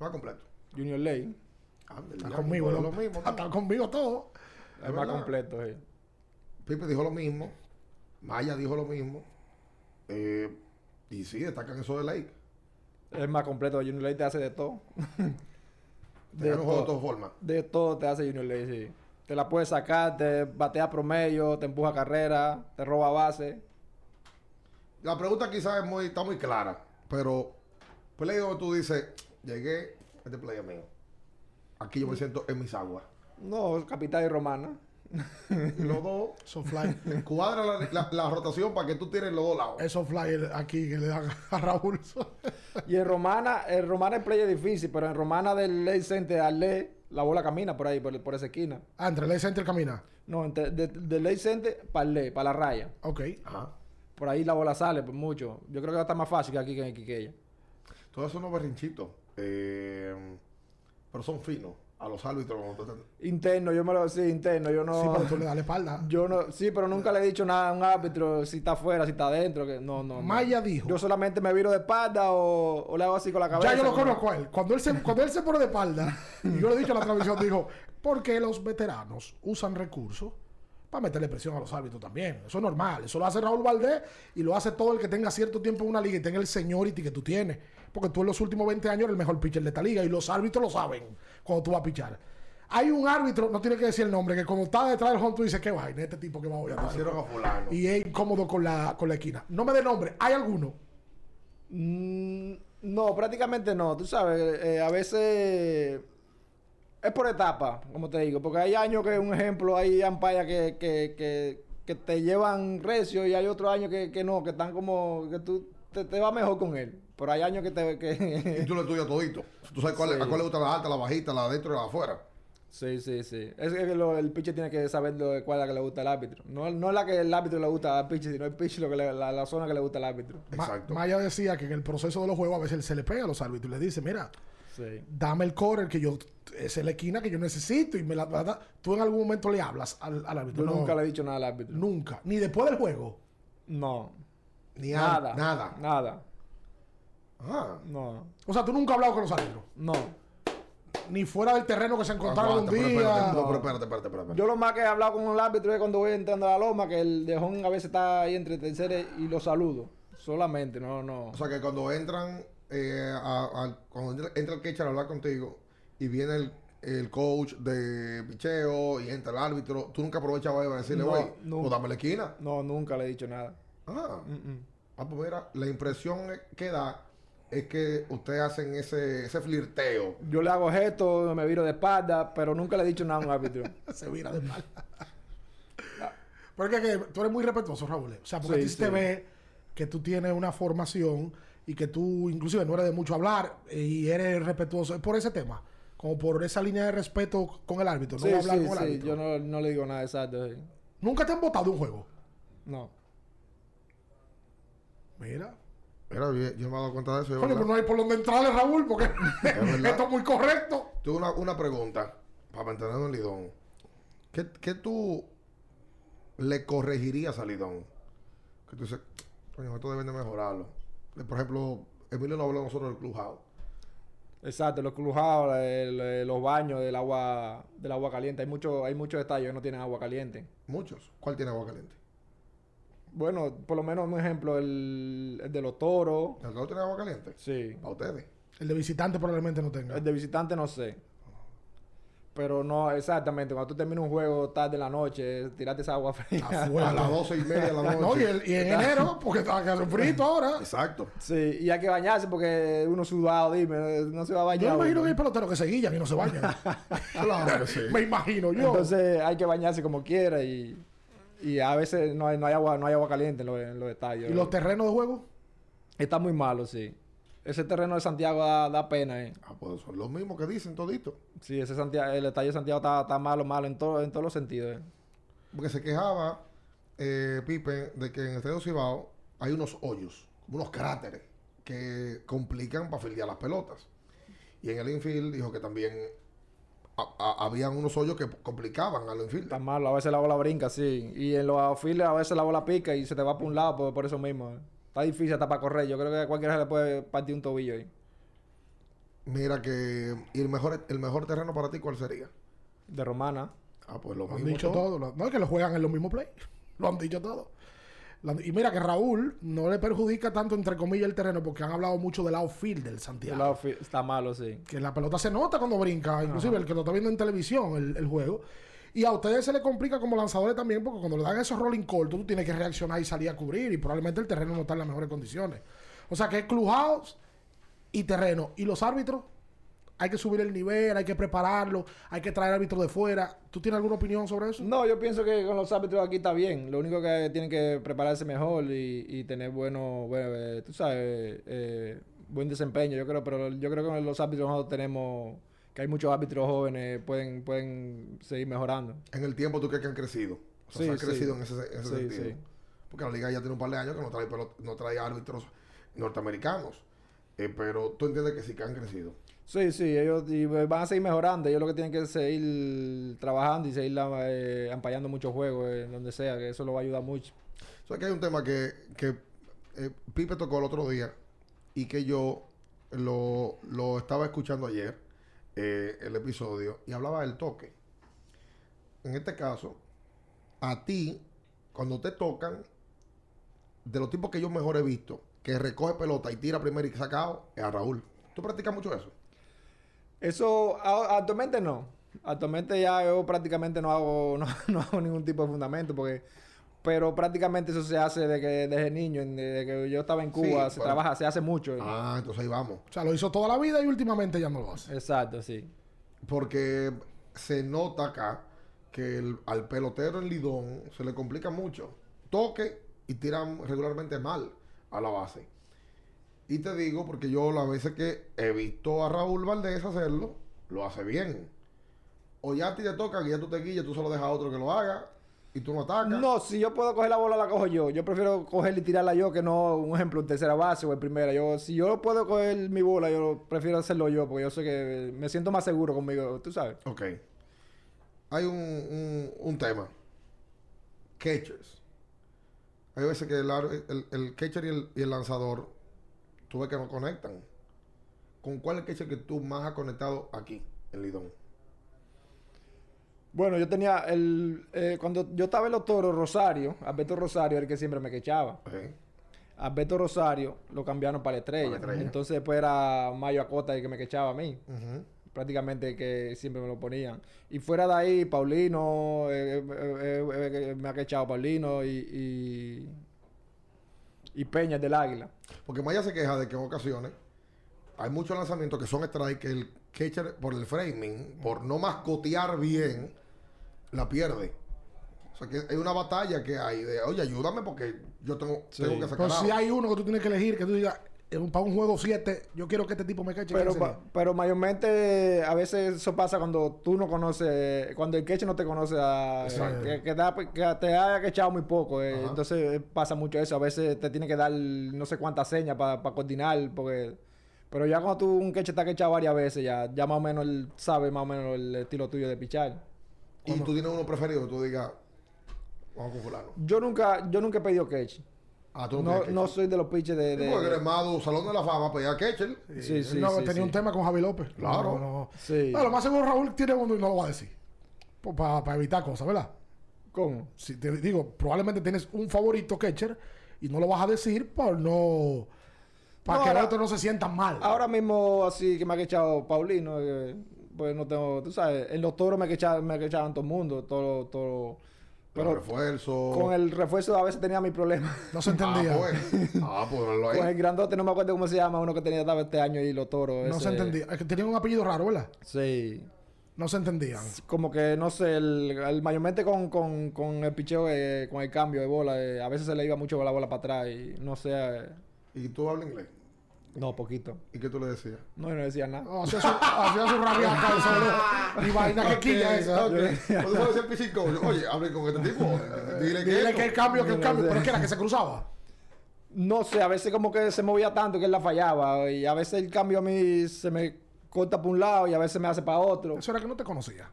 Speaker 1: va completo.
Speaker 3: Junior Ley.
Speaker 1: Ándale,
Speaker 2: Está
Speaker 1: ya,
Speaker 2: conmigo,
Speaker 1: dijo
Speaker 2: ¿no?
Speaker 1: Lo mismo. ¿no?
Speaker 2: Está conmigo todo.
Speaker 1: Es
Speaker 3: Es más
Speaker 1: verdad.
Speaker 3: completo, sí.
Speaker 1: Pipe dijo lo mismo. Maya dijo lo mismo. Eh, y sí, destacan eso de Lake.
Speaker 3: Es más completo. Junior Ley te hace de todo.
Speaker 1: Te
Speaker 3: de
Speaker 1: dan un juego de todas
Speaker 3: todo.
Speaker 1: formas.
Speaker 3: De todo te hace Junior Ley, sí. Te la puedes sacar, te batea promedio, te empuja carrera, te roba base.
Speaker 1: La pregunta quizás es muy, está muy clara, pero play donde tú dices, llegué, este play es mío. Aquí yo me siento en mis
Speaker 2: [LAUGHS]
Speaker 1: aguas.
Speaker 3: No, capital y romana.
Speaker 1: Y los dos, [LAUGHS]
Speaker 2: Eso fly.
Speaker 1: cuadra la, la- la rotación para que tú tienes los dos lados.
Speaker 2: Eso fly el- aquí que le dan a Raúl. [LAUGHS]
Speaker 3: Y en Romana, en Romana el play es difícil, pero en Romana del ley center al ley, la bola camina por ahí, por, por esa esquina.
Speaker 2: ah, entre ley center camina.
Speaker 3: No, entre- de- del ley center para el ley, para la raya.
Speaker 2: Ok.
Speaker 1: Ajá.
Speaker 3: Por ahí la bola sale, pues mucho. Yo creo que va a estar más fácil que aquí que en Quiqueya.
Speaker 1: Todos esos unos berrinchitos. eh, pero son finos a los árbitros. cuando te-
Speaker 3: Interno, yo me lo sí, interno, yo no.
Speaker 2: Sí, pero tú le das la espalda.
Speaker 3: Yo no, sí, pero nunca le he dicho nada a un árbitro si está afuera, si está adentro, que no, no. no.
Speaker 2: Maya dijo.
Speaker 3: Yo solamente me viro de espalda o, o le hago así con la cabeza.
Speaker 2: Ya yo lo
Speaker 3: como-
Speaker 2: conozco a él. Cuando él
Speaker 3: [LAUGHS]
Speaker 2: se, cuando él se pone de espalda, y yo lo he dicho en la transmisión, dijo, porque los veteranos usan recursos para meterle presión a los árbitros también. Eso es normal. Eso lo hace Raúl Valdés y lo hace todo el que tenga cierto tiempo en una liga y tenga el seniority que tú tienes. Porque tú en los últimos 20 años eres el mejor pitcher de esta liga y los árbitros lo saben cuando tú vas a pichar. Hay un árbitro, no tiene que decir el nombre, que como está detrás del home, tú dices, qué vaina, este tipo que va a
Speaker 1: Le
Speaker 3: Ah,
Speaker 2: apoyar.
Speaker 1: pusieron a fulano.
Speaker 2: Y es incómodo con la, con la esquina. No me dé nombre, hay alguno.
Speaker 3: Mm, no, prácticamente no. Tú sabes, eh, a veces es por etapa, como te digo. Porque hay años que, un ejemplo, hay ampallas que, que, que, que te llevan recio y hay otros años que, que no, que están como que tú te, te va mejor con él. Pero hay años que te...
Speaker 1: Y
Speaker 3: Que... [LAUGHS]
Speaker 1: tú lo estudias todito. Tú sabes cuál,
Speaker 3: Sí.
Speaker 1: a cuál le gusta la alta, la bajita, la adentro y la afuera.
Speaker 3: sí, sí, sí. Es que lo- el pitcher tiene que saber lo de cuál es la que le gusta al árbitro. No, no la que el árbitro le gusta al pitcher, sino el pitcher lo que le- la, la zona que le gusta al árbitro.
Speaker 2: Ma-
Speaker 1: Exacto.
Speaker 2: Maya decía que en el proceso de los juegos a veces se le pega a los árbitros y le dice, mira,
Speaker 3: Sí.
Speaker 2: dame el corner que yo, esa es la esquina que yo necesito y me la, la- la- tú en algún momento le hablas al, al árbitro.
Speaker 3: Yo
Speaker 2: No,
Speaker 3: nunca le he dicho nada al árbitro.
Speaker 2: nunca. ni después del juego.
Speaker 3: No.
Speaker 1: Ni
Speaker 3: Nada.
Speaker 1: nada. Nada.
Speaker 3: Nada.
Speaker 1: Ah,
Speaker 3: No.
Speaker 2: O sea, tú nunca has hablado con los árbitros,
Speaker 3: No.
Speaker 2: ni fuera del terreno que se encontraron un
Speaker 1: aguanta, pero
Speaker 2: día.
Speaker 1: espérate, no, pero espérate, espérate, espérate.
Speaker 3: Yo lo más que he hablado con un árbitro es cuando voy entrando a la loma, que el dejón a veces está ahí entre tercera y lo saludo. Solamente, no, no.
Speaker 1: O sea que cuando entran, eh, a- al- cuando entra, entra el catcher a hablar contigo y viene el, el coach de picheo y entra el árbitro, tú nunca aprovechas para decirle,
Speaker 3: No,
Speaker 1: güey,
Speaker 3: nunca.
Speaker 1: pues dame la esquina.
Speaker 3: No, nunca le he dicho nada.
Speaker 1: Ah,
Speaker 3: Mm-mm.
Speaker 1: ah, pues mira, la impresión que da es que ustedes hacen ese, ese flirteo.
Speaker 3: Yo le hago gestos, me viro de espalda, pero nunca le he dicho nada a un
Speaker 2: [LAUGHS]
Speaker 3: árbitro.
Speaker 2: se vira de mal. [LAUGHS] Porque que tú eres muy respetuoso, Raúl. eh. O sea, porque a ti
Speaker 3: Sí,
Speaker 2: se te
Speaker 3: sí.
Speaker 2: ve que tú tienes una formación y que tú inclusive no eres de mucho hablar eh, y eres respetuoso. Es por ese tema, como por esa línea de respeto con el árbitro. No
Speaker 3: sí,
Speaker 2: hablar
Speaker 3: sí,
Speaker 2: con el
Speaker 3: sí,
Speaker 2: árbitro.
Speaker 3: yo no, no le digo nada exacto. sí.
Speaker 2: Nunca te han votado de un juego.
Speaker 3: No.
Speaker 2: Mira.
Speaker 1: Mira, yo, yo no me he dado cuenta de eso. es
Speaker 2: Coño,
Speaker 1: verdad.
Speaker 2: pues no hay por dónde entrarle, Raúl, porque
Speaker 1: verdad.
Speaker 2: [LAUGHS] esto es muy correcto.
Speaker 1: Tengo una, una pregunta para mantenernos en Lidón. ¿Qué, qué tú le corregirías a Lidón? Que tú dices, coño, esto deben de mejorarlo. Eh, Por ejemplo, Emilio no habló de nosotros del clubhouse.
Speaker 3: Exacto, los crujados, el- el- los baños del agua, del agua caliente. Hay mucho, hay muchos estadios que no tienen agua caliente.
Speaker 1: Muchos. ¿Cuál tiene agua caliente?
Speaker 3: Bueno, por lo menos un ejemplo, el, el de los toros.
Speaker 1: ¿El club tiene agua caliente?
Speaker 3: Sí.
Speaker 1: Para ustedes.
Speaker 2: El de visitante probablemente no
Speaker 3: [LAUGHS]
Speaker 2: tenga.
Speaker 3: El de visitante no sé. Pero no, exactamente. Cuando tú terminas un juego tarde en la noche, tirate esa agua [LAUGHS]
Speaker 2: Está
Speaker 3: fría.
Speaker 2: fuerte.
Speaker 1: A las doce y media de la noche.
Speaker 2: [LAUGHS] No, y, el- y en enero, porque está que hace frito ahora.
Speaker 1: Exacto.
Speaker 3: Sí, y hay que bañarse porque uno sudado, dime, no se va a bañar.
Speaker 2: Yo me imagino
Speaker 3: uno.
Speaker 2: que hay peloteros que se guillan y no se bañan.
Speaker 1: Claro que sí.
Speaker 2: me imagino yo.
Speaker 3: Entonces hay que bañarse como quiera y, y a veces no hay, no hay agua, no hay agua caliente en los, en los estadios.
Speaker 2: ¿Y los terrenos de juego?
Speaker 3: Está muy malo, sí. Ese terreno de Santiago da, da pena, eh.
Speaker 1: Ah, pues son los mismos que dicen todito.
Speaker 3: Sí, ese Santiago, el estadio de Santiago está, está malo, malo en, todo, en todos los sentidos, eh.
Speaker 1: porque se quejaba eh, Pippen de que en el Estadio Cibao hay unos hoyos, como unos cráteres, que complican para fildear las pelotas. Y en el infield dijo que también a- a- habían unos hoyos que complicaban al infield.
Speaker 3: Está malo, a veces la bola brinca, sí. Y en los outfielders a veces la bola pica y se te va para un lado por, por eso mismo. eh. Está difícil hasta para correr. Yo creo que a cualquiera se le puede partir un tobillo ahí.
Speaker 1: Mira que... ¿Y el mejor, el mejor terreno para ti cuál sería?
Speaker 3: De Romana.
Speaker 1: Ah, pues lo
Speaker 2: Lo han
Speaker 1: mismo
Speaker 2: dicho
Speaker 1: todo.
Speaker 2: todo. lo- No es que lo juegan en los mismos play. Lo han dicho todo. Lo han- Y mira que Raúl no le perjudica tanto, entre comillas, el terreno porque han hablado mucho del outfield del Santiago.
Speaker 3: El outfield está malo, sí.
Speaker 2: que la pelota se nota cuando brinca, inclusive el que lo está viendo en televisión, el, el juego. Y a ustedes se les complica como lanzadores también, porque cuando le dan esos rolling cortos, tú tienes que reaccionar y salir a cubrir, y probablemente el terreno no está en las mejores condiciones. O sea que es clubhouse y terreno. Y los árbitros, hay que subir el nivel, hay que prepararlo, hay que traer árbitros de fuera. ¿Tú tienes alguna opinión sobre eso?
Speaker 3: No, yo pienso que con los árbitros aquí está bien. Lo único que tienen que prepararse mejor y, y tener bueno, bueno, eh, tú sabes, eh, buen desempeño. Yo creo, pero yo creo que los árbitros nosotros tenemos, que hay muchos árbitros jóvenes, pueden, pueden seguir mejorando.
Speaker 1: En el tiempo tú crees que han crecido. O sea,
Speaker 3: Sí,
Speaker 1: se han
Speaker 3: sí.
Speaker 1: crecido en ese, en ese
Speaker 3: Sí,
Speaker 1: sentido.
Speaker 3: sí.
Speaker 1: Porque la liga ya tiene un par de años que no trae, pelot- no trae árbitros norteamericanos. Eh, pero tú entiendes que sí que han crecido.
Speaker 3: Sí, sí, ellos y van a seguir mejorando. Ellos lo que tienen que es seguir trabajando y seguir eh, ampallando muchos juegos, eh, donde sea, que eso lo va a ayudar mucho.
Speaker 1: O sea, que hay un tema que, que eh, Pipe tocó el otro día y que yo lo, lo estaba escuchando ayer, eh, el episodio, y hablaba del toque. En este caso, a ti, cuando te tocan, de los tipos que yo mejor he visto, que recoge pelota y tira primero y sacado, es a Raúl. ¿Tú practicas mucho eso?
Speaker 3: Eso a- actualmente no. Actualmente ya yo prácticamente no hago, [LAUGHS] no, no hago ningún tipo de fundamento porque... Pero prácticamente eso se hace desde que desde niño, en- desde que yo estaba en
Speaker 1: Sí,
Speaker 3: Cuba, se
Speaker 1: bueno.
Speaker 3: trabaja, se hace mucho.
Speaker 1: Ah, entonces ahí vamos.
Speaker 2: O sea, lo hizo toda la vida y últimamente ya no lo hace.
Speaker 3: Exacto, sí.
Speaker 1: Porque se nota acá que el- al pelotero en Lidón se le complica mucho. Toque y tiran regularmente mal a la base. Y te digo, porque yo las veces que he visto a Raúl Valdés hacerlo, lo hace bien. O ya a ti te toca, que ya tú te guías, tú solo dejas a otro que lo haga y tú no atacas.
Speaker 3: No, si yo puedo coger la bola, la cojo yo. Yo prefiero cogerla y tirarla yo que no, un ejemplo, en tercera base o en primera. Yo, si yo puedo coger mi bola, yo prefiero hacerlo yo porque yo sé que me siento más seguro conmigo, tú sabes.
Speaker 1: Ok. Hay un, un- un tema. Catchers. Hay veces que el, ar- el, el catcher y el, y el lanzador, tú ves que no conectan. ¿Con cuál es el catcher que tú más has conectado aquí, en Lidón?
Speaker 3: Bueno, yo tenía el... eh, cuando yo estaba en los toros, Rosario, Alberto Rosario era el que siempre me quechaba.
Speaker 1: Ok.
Speaker 3: Alberto Rosario lo cambiaron para la estrella.
Speaker 1: Para la Estrella.
Speaker 3: Entonces después era Mayo Acota el que me quechaba a mí.
Speaker 1: Ujú.
Speaker 3: Prácticamente que siempre me lo ponían. Y fuera de ahí, Paulino, eh, eh, eh, eh, eh, me ha quechado Paulino y, y, y Peña del Águila.
Speaker 1: Porque Maya se queja de que en ocasiones hay muchos lanzamientos que son strike que el catcher, por el framing, por no mascotear bien, la pierde. O sea, que hay una batalla que hay de, oye, ayúdame porque yo tengo,
Speaker 3: Sí.
Speaker 1: tengo que sacar
Speaker 2: Entonces,
Speaker 1: algo".
Speaker 2: si hay uno que tú tienes que elegir, que tú digas, "En- para un juego 7, yo quiero que este tipo me cache.
Speaker 3: Pero,
Speaker 2: ¿quién
Speaker 3: pa-
Speaker 2: sería?
Speaker 3: pero mayormente a veces eso pasa cuando tú no conoces, cuando el catcher no te conoce, a-
Speaker 1: Exacto.
Speaker 3: que, que te ha- que te haya quechado muy poco. eh,
Speaker 1: Ajá.
Speaker 3: entonces eh, pasa mucho eso. A veces te tiene que dar no sé cuántas señas para coordinar, porque... Pero ya cuando tú un catcher te ha quechado varias veces, ya, ya más o menos él sabe más o menos el estilo tuyo de pichar.
Speaker 1: Y tú tienes uno preferido, que tú digas, vamos con fulano.
Speaker 3: Yo nunca, yo nunca he pedido catch.
Speaker 1: Ah, tú
Speaker 3: No,
Speaker 1: tienes
Speaker 3: no
Speaker 1: Ketchel.
Speaker 3: soy de los pitches de...
Speaker 1: Sí,
Speaker 3: de-
Speaker 1: Porque eres Madu, Salón de la Fama, pues ya Ketchel.
Speaker 3: sí, sí,
Speaker 2: no,
Speaker 3: sí,
Speaker 2: tenía
Speaker 3: sí.
Speaker 2: un tema con Javi López.
Speaker 1: Claro.
Speaker 2: No, no.
Speaker 3: Sí.
Speaker 2: No, lo más seguro Raúl tiene uno y no lo va a decir. Para evitar cosas, ¿verdad?
Speaker 3: ¿Cómo?
Speaker 2: Si te digo, probablemente tienes un favorito catcher y no lo vas a decir por no. Para
Speaker 3: No,
Speaker 2: que
Speaker 3: ahora-
Speaker 2: el otro no se sienta mal.
Speaker 3: Ahora mismo, así que me ha quechado Paulino, eh, pues no tengo, tú sabes, en los toros me quechaban, me quechaban todo el mundo, todo, todo.
Speaker 1: Pero
Speaker 3: Pero
Speaker 1: refuerzo.
Speaker 3: con el refuerzo a veces tenía mi [LAUGHS] problema.
Speaker 2: no se entendía.
Speaker 1: Ah, pues. Ah, pues
Speaker 3: [LAUGHS]
Speaker 1: ponlo
Speaker 3: Con el
Speaker 1: ahí.
Speaker 3: grandote, no me acuerdo cómo se llama, uno que tenía estaba este año y los toros.
Speaker 2: no
Speaker 3: ese-
Speaker 2: se entendía. Es que tenían un apellido raro, ¿verdad?
Speaker 3: Sí.
Speaker 2: No se entendían.
Speaker 3: Como que, no sé, el, el- mayormente con, con, con el picheo, eh, con el cambio de bola, eh, a veces se le iba mucho la bola para atrás y no sé. eh,
Speaker 1: ¿Y tú hablas inglés?
Speaker 3: No, poquito.
Speaker 1: ¿Y qué tú le decías?
Speaker 3: No, yo no decía nada.
Speaker 2: O sea, su, hacía su rabia calzón y vaina que quilla esa.
Speaker 1: Ok. Cuando fue a decir pitching coach, oye, hable con este tipo. Dile que.
Speaker 2: Dile
Speaker 1: esto.
Speaker 2: que el cambio, que el cambio, pero es que era que se cruzaba.
Speaker 3: No sé, a veces como que se movía tanto que él la fallaba. Y a veces el cambio a mí se me corta para un lado y a veces me hace para otro.
Speaker 2: Eso era que no te conocía.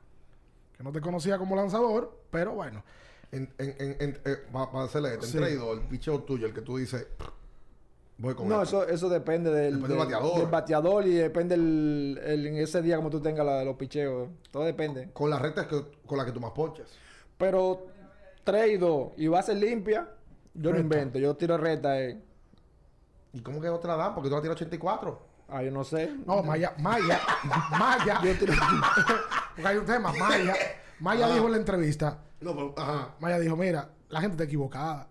Speaker 2: Que no te conocía como lanzador, pero bueno.
Speaker 1: En, en, en, en, eh, va, va a hacerle este,
Speaker 2: Sí.
Speaker 1: en traidor, el picheo tuyo, el que tú dices, voy con
Speaker 3: No,
Speaker 1: esto.
Speaker 3: eso, eso depende del,
Speaker 1: Depende del bateador.
Speaker 3: del bateador y depende el, el- en ese día como tú tengas la- los picheos. Todo depende.
Speaker 1: Con las rectas que, con las que tú más ponchas.
Speaker 3: Pero 3 y 2 y base limpia, yo no
Speaker 2: Recta.
Speaker 3: invento. Yo tiro recta. Eh.
Speaker 1: ¿Y cómo que no te la dan? Porque tú la tiras 84.
Speaker 3: Ah, yo no sé. [LAUGHS]
Speaker 2: No, Maya, Maya, Maya. Porque hay un tema, Maya. Maya
Speaker 1: Ah.
Speaker 2: dijo en la entrevista,
Speaker 1: No, pero, ajá.
Speaker 2: Maya dijo, mira, la gente está equivocada.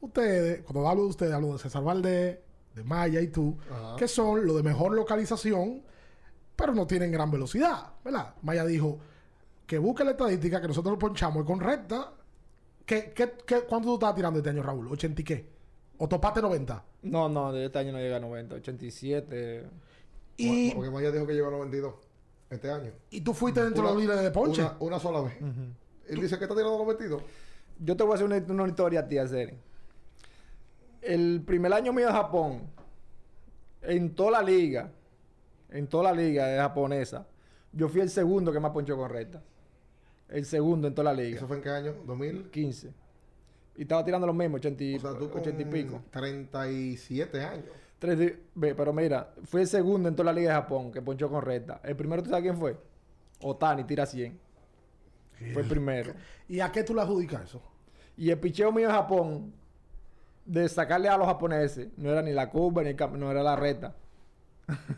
Speaker 2: Ustedes, cuando hablo de ustedes, hablo de César Valdés, de Maya y tú,
Speaker 1: Ajá.
Speaker 2: que son lo de mejor localización, pero no tienen gran velocidad, ¿verdad? Maya dijo que busque la estadística que nosotros ponchamos y con recta. ¿Qué, qué, qué, cuánto tú estabas tirando este año, Raúl? ¿80 y qué? ¿O topaste 90?
Speaker 3: No, no, de este año no llega a 90, 87.
Speaker 2: Y,
Speaker 1: Porque Maya dijo que lleva 92 este año.
Speaker 2: y tú fuiste dentro de los líderes de ponche.
Speaker 1: Una, una sola vez. Y dice que está tirando 92.
Speaker 3: Yo te voy a hacer una, una historia a ti, hacer. El primer año mío en Japón, en toda la liga, en toda la liga eh, japonesa, yo fui el segundo que más ponchó con recta. El segundo en toda la
Speaker 1: ¿Eso
Speaker 3: liga.
Speaker 1: fue en qué año? 2000.
Speaker 3: 15. Y estaba tirando los mismos, 80 y,
Speaker 1: O sea, tú con
Speaker 3: 80 y pico.
Speaker 1: 37
Speaker 2: [LAUGHS]
Speaker 1: años.
Speaker 3: Tres di- ve, pero mira, fui el segundo en toda la liga de Japón que ponchó con recta. El primero, ¿tú sabes quién fue? Otani, tira 100. Fue el primero.
Speaker 2: ¿Y a qué tú le adjudicas eso?
Speaker 3: Y el picheo mío en Japón, de sacarle a los japoneses, no era ni la curva, ni el cam- no era la recta.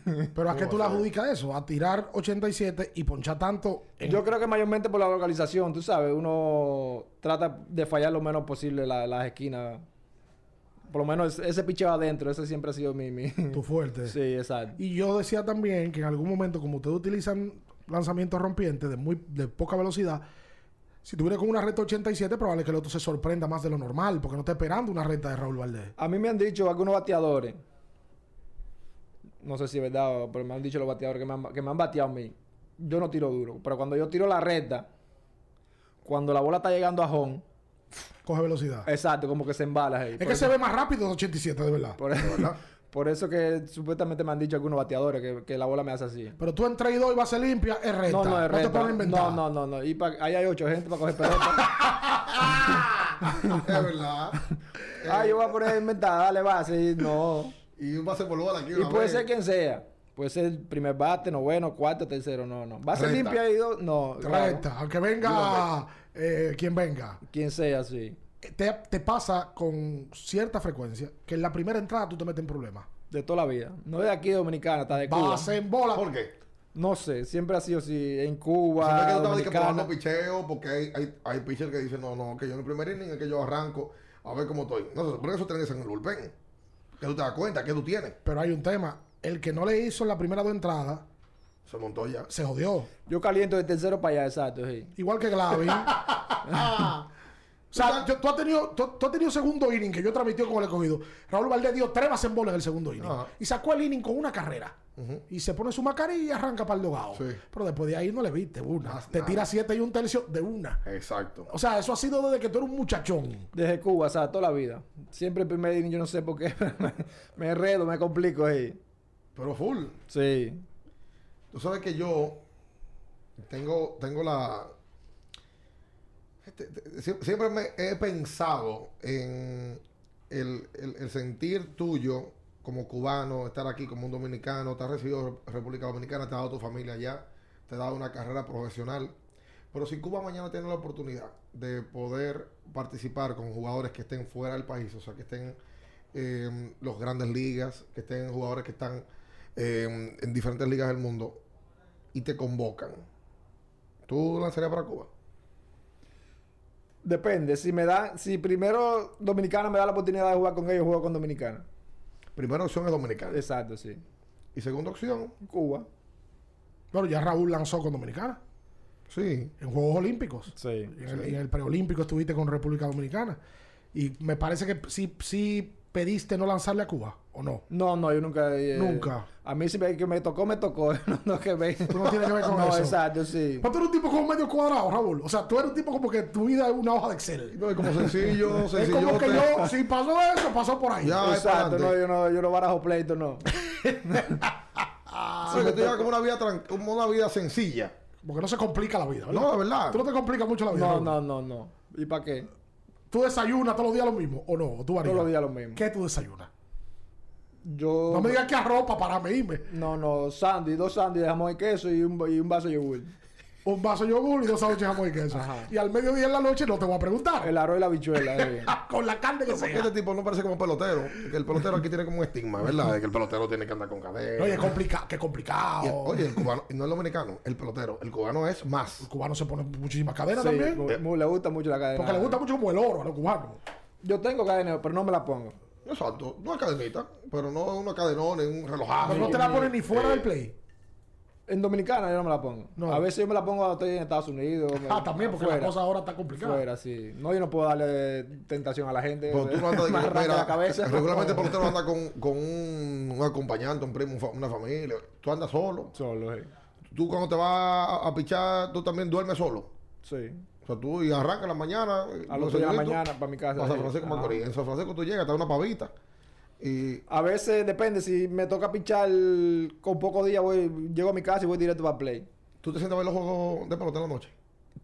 Speaker 2: ¿Pero a qué
Speaker 1: ¿Cómo
Speaker 2: tú le
Speaker 1: va a ser?
Speaker 2: adjudicas eso? ¿A tirar 87 y ponchar tanto? en-
Speaker 3: Yo creo que mayormente por la localización, tú sabes, uno trata de fallar lo menos posible la- las esquinas. Por lo menos ese, ese picheo adentro, ese siempre ha sido mi... mi- [LAUGHS]
Speaker 2: Tu fuerte.
Speaker 3: sí, exacto.
Speaker 2: Y yo decía también que en algún momento, como ustedes utilizan lanzamientos rompientes de muy de poca velocidad, si tuviera con una recta 87, probable que el otro se sorprenda más de lo normal, porque no está esperando una recta de Raúl Valdés.
Speaker 3: A mí me han dicho algunos bateadores, no sé si es verdad, o- pero me han dicho los bateadores que me han, que me han bateado a mí. Yo no tiro duro, pero cuando yo tiro la recta, cuando la bola está llegando a home,
Speaker 2: Coge velocidad.
Speaker 3: exacto, como que se embala ahí.
Speaker 2: es que se ve más rápido los 87, de verdad.
Speaker 3: Por, [LAUGHS] por eso que supuestamente me han dicho algunos bateadores que, que la bola me hace así.
Speaker 2: Pero tú en 3 y 2 y vas a ser limpia, es recta.
Speaker 3: No, no, es
Speaker 2: te
Speaker 3: recta.
Speaker 2: pones a inventar.
Speaker 3: No, no, no, no. Y pa- ahí hay ocho gente para coger pelota.
Speaker 1: es verdad.
Speaker 3: ah, yo voy a poner a inventar, dale base. Y no.
Speaker 1: Y un base por bola aquí.
Speaker 3: Y
Speaker 1: una
Speaker 3: puede
Speaker 1: vez.
Speaker 3: ser quien sea. Puede ser primer bate, noveno, cuarto, tercero, no, no. Base
Speaker 1: Recta.
Speaker 3: limpia y dos, no. claro.
Speaker 2: Recta. Aunque venga eh, quien venga.
Speaker 3: Quien sea, sí.
Speaker 2: Te, te pasa con cierta frecuencia que en la primera entrada tú te metes en problemas.
Speaker 3: De toda la vida. No es de aquí dominicana, está de Cuba.
Speaker 2: Base en bola.
Speaker 1: ¿Por qué?
Speaker 3: No sé, siempre ha sido así. En
Speaker 1: Siempre que
Speaker 3: Cuba,
Speaker 1: tú estabas
Speaker 3: dominicana.
Speaker 1: probando picheo, porque hay, hay, hay pitchers que dicen, no, no, que yo en el primer inning es que yo arranco a ver cómo estoy. No, se supone que eso tiene que ser en el bullpen. Que tú te das cuenta, que tú tienes.
Speaker 2: Pero hay un tema. El que no le hizo en la primera dos entradas
Speaker 1: Se montó ya.
Speaker 2: se jodió.
Speaker 3: Yo caliento de tercero para allá, exacto, sí.
Speaker 2: Igual
Speaker 1: [LAUGHS]
Speaker 2: que Glavin. o sea, yo- tú, has tenido, tú, tú has tenido segundo inning que yo transmití con el escogido. Raúl Valdés dio tres bases en bola en el segundo inning.
Speaker 1: Ajá.
Speaker 2: Y sacó el inning con una carrera. Y se pone su mascarilla y arranca para el dogado.
Speaker 1: Sí.
Speaker 2: Pero después de ahí no le viste una.
Speaker 1: Más
Speaker 2: Te
Speaker 1: nada.
Speaker 2: tira siete y un tercio de una.
Speaker 1: Exacto.
Speaker 2: O sea, eso ha sido desde que tú eres un muchachón.
Speaker 3: Desde Cuba, o sea, toda la vida. Siempre el primer inning, yo no sé por qué. [LAUGHS] me, me enredo, me complico ahí.
Speaker 1: Pero full.
Speaker 3: Sí.
Speaker 1: Tú sabes que yo tengo, tengo la... este- te- sie- siempre me he pensado en el, el- el sentir tuyo como cubano, estar aquí como un dominicano, te has recibido en República Dominicana, te ha dado tu familia allá, te ha dado una carrera profesional. Pero si Cuba mañana tiene la oportunidad de poder participar con jugadores que estén fuera del país, o sea, que estén en em, los grandes ligas, que estén jugadores que están eh, en diferentes ligas del mundo y te convocan, ¿tú lanzarías para Cuba?
Speaker 3: Depende. Si me da, si primero Dominicana me da la oportunidad de jugar con ellos, juego con Dominicana.
Speaker 1: Primera opción es dominicana.
Speaker 3: Exacto, sí.
Speaker 1: Y segunda opción,
Speaker 3: Cuba.
Speaker 2: Bueno, ya Raúl lanzó con Dominicana
Speaker 1: sí.
Speaker 2: en Juegos Olímpicos.
Speaker 3: Sí.
Speaker 2: En el, en el preolímpico estuviste con República Dominicana. Y me parece que sí, sí pediste no lanzarle a Cuba o no?
Speaker 3: No, no, yo nunca. eh,
Speaker 2: Nunca.
Speaker 3: A mí siempre que me tocó, me tocó. [LAUGHS] No, no que me.
Speaker 2: Tú no tienes que ver con
Speaker 3: [LAUGHS] No,
Speaker 2: eso.
Speaker 3: exacto, sí.
Speaker 2: Pero tú eres un tipo como medio cuadrado, Raúl. O sea, tú eres un tipo como que tu vida es una hoja de Excel.
Speaker 1: No, es como sencillo,
Speaker 2: [LAUGHS] Es
Speaker 1: sencillo.
Speaker 2: como que yo, si pasó eso, pasó por ahí.
Speaker 1: Ya. Ah, es
Speaker 3: Exacto,
Speaker 1: pa'lante.
Speaker 3: no, yo no, yo no barajo pleito, no.
Speaker 1: Ah, que tú llevas como una vida, tran- como una vida sencilla.
Speaker 2: Porque no se complica la vida, ¿verdad?
Speaker 1: No, de verdad.
Speaker 2: Tú no te complicas mucho la vida.
Speaker 3: No,
Speaker 2: Raúl.
Speaker 3: no, no, no. ¿Y para qué?
Speaker 2: ¿Tú desayunas todos los días lo mismo o no? ¿O ¿Tú varías?
Speaker 3: Todos los días lo mismo.
Speaker 2: ¿Qué tú desayunas?
Speaker 3: Yo.
Speaker 2: No me digas que arropa para medirme.
Speaker 3: No, no, sándwich, dos sándwiches de jamón y queso y un, y un vaso de yogur.
Speaker 2: Un vaso de yogur y dos sándwiches de jamón y queso.
Speaker 3: Ajá.
Speaker 2: Y al mediodía en la noche no te voy a preguntar.
Speaker 3: El arroz y la bichuela. eh.
Speaker 2: [LAUGHS] Ah, Con la carne que sea.
Speaker 1: Este tipo no parece como pelotero. Que el pelotero aquí tiene como un estigma, ¿verdad? De que el pelotero tiene que andar con cadena.
Speaker 2: Oye, complica qué
Speaker 1: Y
Speaker 2: complicado.
Speaker 1: el- oye, el cubano, y no el dominicano, el pelotero. El cubano es más.
Speaker 2: Los cubanos se ponen muchísimas cadenas
Speaker 3: también.
Speaker 2: también.
Speaker 3: le gusta mucho la cadena.
Speaker 2: Porque les gusta mucho como el oro a los cubanos.
Speaker 3: Yo tengo cadena, pero no me la pongo.
Speaker 1: Exacto. No es cadenita, pero no una cadenón, es un relojado.
Speaker 2: Pero no te la ponen ni fuera del play.
Speaker 3: En Dominicana yo no me la pongo.
Speaker 2: No.
Speaker 3: A veces yo me la pongo cuando estoy en Estados Unidos. me-
Speaker 2: Ah, también, porque la
Speaker 3: afuera,
Speaker 2: cosa ahora está complicada.
Speaker 3: Fuera, sí. No, yo no puedo darle tentación a la gente.
Speaker 1: Pero tú no andas de
Speaker 3: [LAUGHS] Me arranca
Speaker 1: mira,
Speaker 3: la cabeza.
Speaker 1: Regularmente el pelotero anda con, con un, un acompañante, un primo, un fa- una familia. Tú andas solo.
Speaker 3: [LAUGHS] Solo, eh. sí.
Speaker 1: Tú cuando te vas a, a pichar, tú también duermes solo.
Speaker 3: Sí.
Speaker 1: O sea, tú y arranca en la mañana. eh,
Speaker 3: A
Speaker 1: los
Speaker 3: las 8 de la
Speaker 1: señoritos,
Speaker 3: mañana para mi casa.
Speaker 1: Para San
Speaker 3: sí. Ah,
Speaker 1: Francisco
Speaker 3: Ajá.
Speaker 1: Macorís. En San Francisco tú llegas, te da una pavita. Y
Speaker 3: A veces depende, si me toca pichar con pocos días, voy, llego a mi casa y voy directo para Play.
Speaker 1: tú te sientas a ver los juegos de pelota en la noche.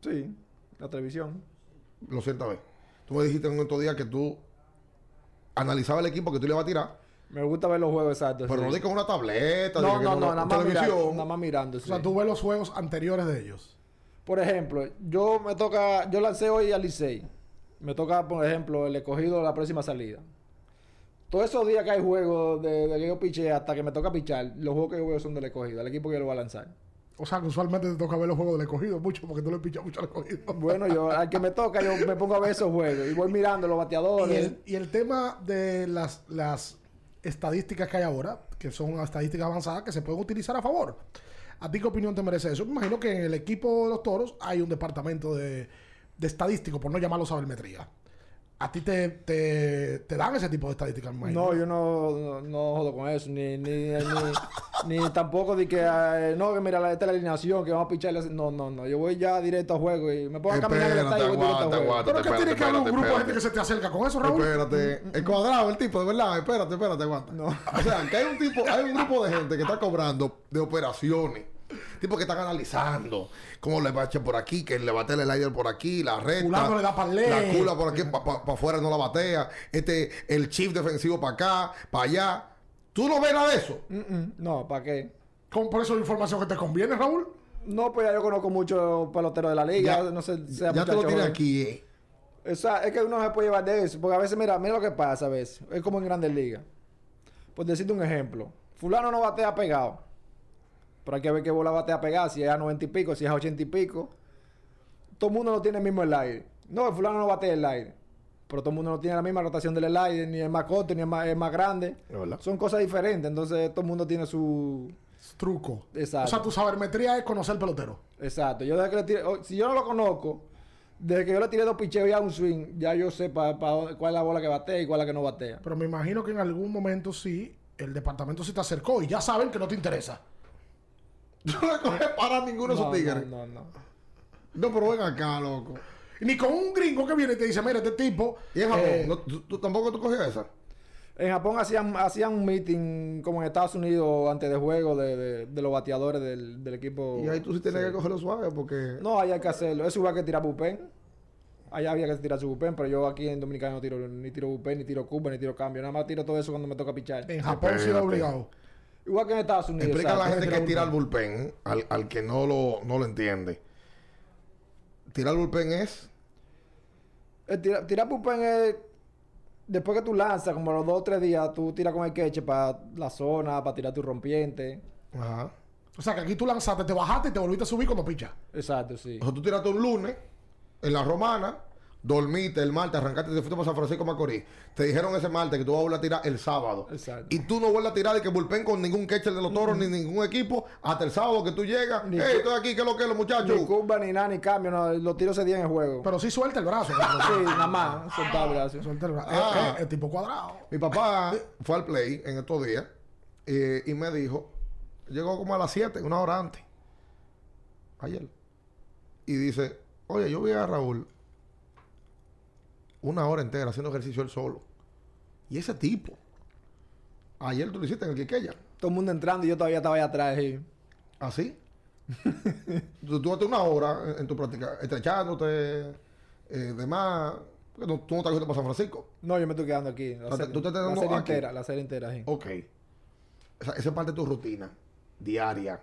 Speaker 3: Sí, la televisión.
Speaker 1: Lo sientas a ver. Tú me dijiste en estos días que tú analizabas el equipo que tú le vas a tirar,
Speaker 3: Me gusta ver los juegos exactos.
Speaker 1: pero
Speaker 3: sí.
Speaker 1: no di con una tableta.
Speaker 3: no,
Speaker 1: digo que
Speaker 3: no, no, nada más
Speaker 1: televisión.
Speaker 3: mirando. Nada más mirando,
Speaker 2: O
Speaker 3: sí.
Speaker 2: sea, tú ves los juegos anteriores de ellos.
Speaker 3: Por ejemplo, yo me toca, yo lancé hoy al Licey. Me toca, por ejemplo, el escogido la próxima salida. Todos esos días que hay juegos de, de que yo piché hasta que me toca pichar, los juegos que yo veo son del escogido, al equipo que yo lo voy a lanzar.
Speaker 2: O sea, que usualmente te toca ver los juegos del escogido mucho porque tú le pichas mucho al escogido.
Speaker 3: Bueno, yo, al que me toca, yo me pongo a ver esos juegos y voy mirando los
Speaker 2: Y
Speaker 3: bateadores.
Speaker 2: el, y el tema de las, las estadísticas que hay ahora, que son unas estadísticas avanzadas que se pueden utilizar a favor. ¿A ti qué opinión te merece eso? Me imagino que en el equipo de los toros hay un departamento de, de estadístico, por no llamarlo sabermetría. ¿A ti te, te, te dan ese tipo de estadísticas? me imagino?
Speaker 3: No, yo no, no, no jodo con eso, ni, ni, ni, ni tampoco de que, eh, no, que mira, la- esta es la alineación, que vamos a pichar. No, no, no, yo voy ya directo a juego y me pongo a caminar en el
Speaker 1: Espérate,
Speaker 3: estadio y voy directo a
Speaker 1: aguanta,
Speaker 3: juego.
Speaker 1: aguanta.
Speaker 2: ¿Pero qué
Speaker 1: Espérate,
Speaker 2: tiene que haber un
Speaker 1: espérate,
Speaker 2: grupo de gente
Speaker 1: espérate.
Speaker 2: que se te acerca con eso, Raúl?
Speaker 1: Espérate, el cuadrado, el tipo, de verdad, espérate, espérate, aguanta. O sea, que hay un tipo, hay un grupo de gente que está cobrando de operaciones. Tipo que están analizando cómo le va a echar por aquí, que le batea el slider por aquí, la recta.
Speaker 2: Fulano le da pa'l ley.
Speaker 1: La cula por aquí, para afuera no la batea. Este, el chip defensivo para acá, para allá. ¿Tú no ves nada de eso?
Speaker 3: Mm, mm, No, ¿para qué?
Speaker 2: ¿Con- ¿Por eso es información que te conviene, Raúl?
Speaker 3: No, pues ya yo conozco mucho pelotero de la liga, no sé, sea
Speaker 1: ya te lo
Speaker 3: muchacho
Speaker 1: tienes
Speaker 3: joven.
Speaker 1: aquí, eh. [LAUGHS]
Speaker 3: O sea, es que uno se puede llevar de eso, porque a veces, mira, mira lo que pasa a veces, es como en grandes ligas. Por decirte un ejemplo, fulano no batea pegado, pero hay que ver qué bola batea pegada, si es a 90 y pico, si es a 80 y pico. Todo el mundo no tiene el mismo el aire. No, el fulano no batea el aire, pero todo el mundo no tiene la misma rotación del aire, ni es más corto, ni es más, es más grande.
Speaker 1: Es verdad.
Speaker 3: Son cosas diferentes, entonces todo el mundo tiene su...
Speaker 2: Truco.
Speaker 3: Exacto.
Speaker 2: O sea, tu sabermetría es conocer el pelotero.
Speaker 3: Exacto. Yo desde que le tiré- o- si yo no lo conozco, desde que yo le tiré dos picheos y a un swing, ya yo sé pa- pa dónde- cuál es la bola que batea y cuál es la que no batea.
Speaker 2: Pero me imagino que en algún momento sí, el departamento se te acercó y ya saben que no te interesa.
Speaker 1: Yo no le coges para ninguno de
Speaker 3: No,
Speaker 1: esos tigres. No,
Speaker 3: No, no, no.
Speaker 1: pero ven acá, loco.
Speaker 2: Ni con un gringo que viene y te dice, mira, este tipo...
Speaker 1: Y en Japón,
Speaker 2: eh,
Speaker 1: ¿no? ¿Tú- tú- ¿tampoco tú cogías esa?
Speaker 3: En Japón hacían, hacían un meeting como en Estados Unidos antes de juego de, de- de los bateadores del, del equipo.
Speaker 1: Y ahí tú sí tenías
Speaker 3: Sí.
Speaker 1: que cogerlo suave porque...
Speaker 3: No, allá hay que hacerlo. Eso hubo que tirar bupen. Allá había que tirar su bupen, pero yo aquí en Dominicana no tiro ni tiro bupen, ni tiro cuba, ni tiro cambio. Nada más tiro todo eso cuando me toca pichar.
Speaker 2: en Japón sí era
Speaker 1: Espérate.
Speaker 2: obligado.
Speaker 3: Igual que en Estados Unidos.
Speaker 1: Eh. Explica a la
Speaker 3: exacto.
Speaker 1: gente que tira el bullpen, al, al que no lo, no lo entiende. Tirar el bullpen es.
Speaker 3: El Eh, tira- tirar bullpen es. Después que tú lanzas, como a los dos o tres días, tú tiras con el queche para la zona, para tirar tu rompiente.
Speaker 1: Ajá.
Speaker 2: O sea, que aquí tú lanzaste, te bajaste y te volviste a subir cuando pichas.
Speaker 3: Exacto, sí.
Speaker 1: O sea, tú tiraste un lunes en la romana, dormiste el martes, arrancaste, te fuiste para San Francisco Macorís, te dijeron ese martes que tú vas a volver a tirar el sábado.
Speaker 3: Exacto.
Speaker 1: Y tú no vuelves a tirar de que bullpen con ningún catcher de los toros ni ningún equipo hasta el sábado que tú llegas.
Speaker 3: Ni
Speaker 1: hey,
Speaker 3: cu-
Speaker 1: estoy aquí, ¿qué es lo que es, los muchachos?
Speaker 3: Ni Cuba, ni nada, ni cambio, no, los tiros se dieron en el juego.
Speaker 2: Pero sí suelta el
Speaker 1: [LAUGHS]
Speaker 2: brazo.
Speaker 3: sí, nada más, soltar gracias.
Speaker 2: suelta el brazo.
Speaker 1: Ah.
Speaker 2: Eh, eh, el tipo cuadrado.
Speaker 1: Mi papá fue al play en estos días eh, y me dijo, llegó como a las 7, una hora antes, ayer. Y dice, oye, yo vi a Raúl una hora entera haciendo ejercicio él solo. Y ese tipo, ayer tú lo hiciste en el Quiqueya,
Speaker 3: Todo el mundo entrando y yo todavía estaba allá atrás. sí.
Speaker 1: así. tú tú haces una hora en, en tu práctica, estrechándote, eh, demás, porque no- tú no te has ido para San Francisco.
Speaker 3: No, yo me estoy quedando aquí. La
Speaker 1: O sea,
Speaker 3: serie,
Speaker 1: tú te estás
Speaker 3: la
Speaker 1: dando
Speaker 3: serie
Speaker 1: aquí.
Speaker 3: entera, la serie entera. sí.
Speaker 1: Ok. O sea, esa es parte de tu rutina diaria.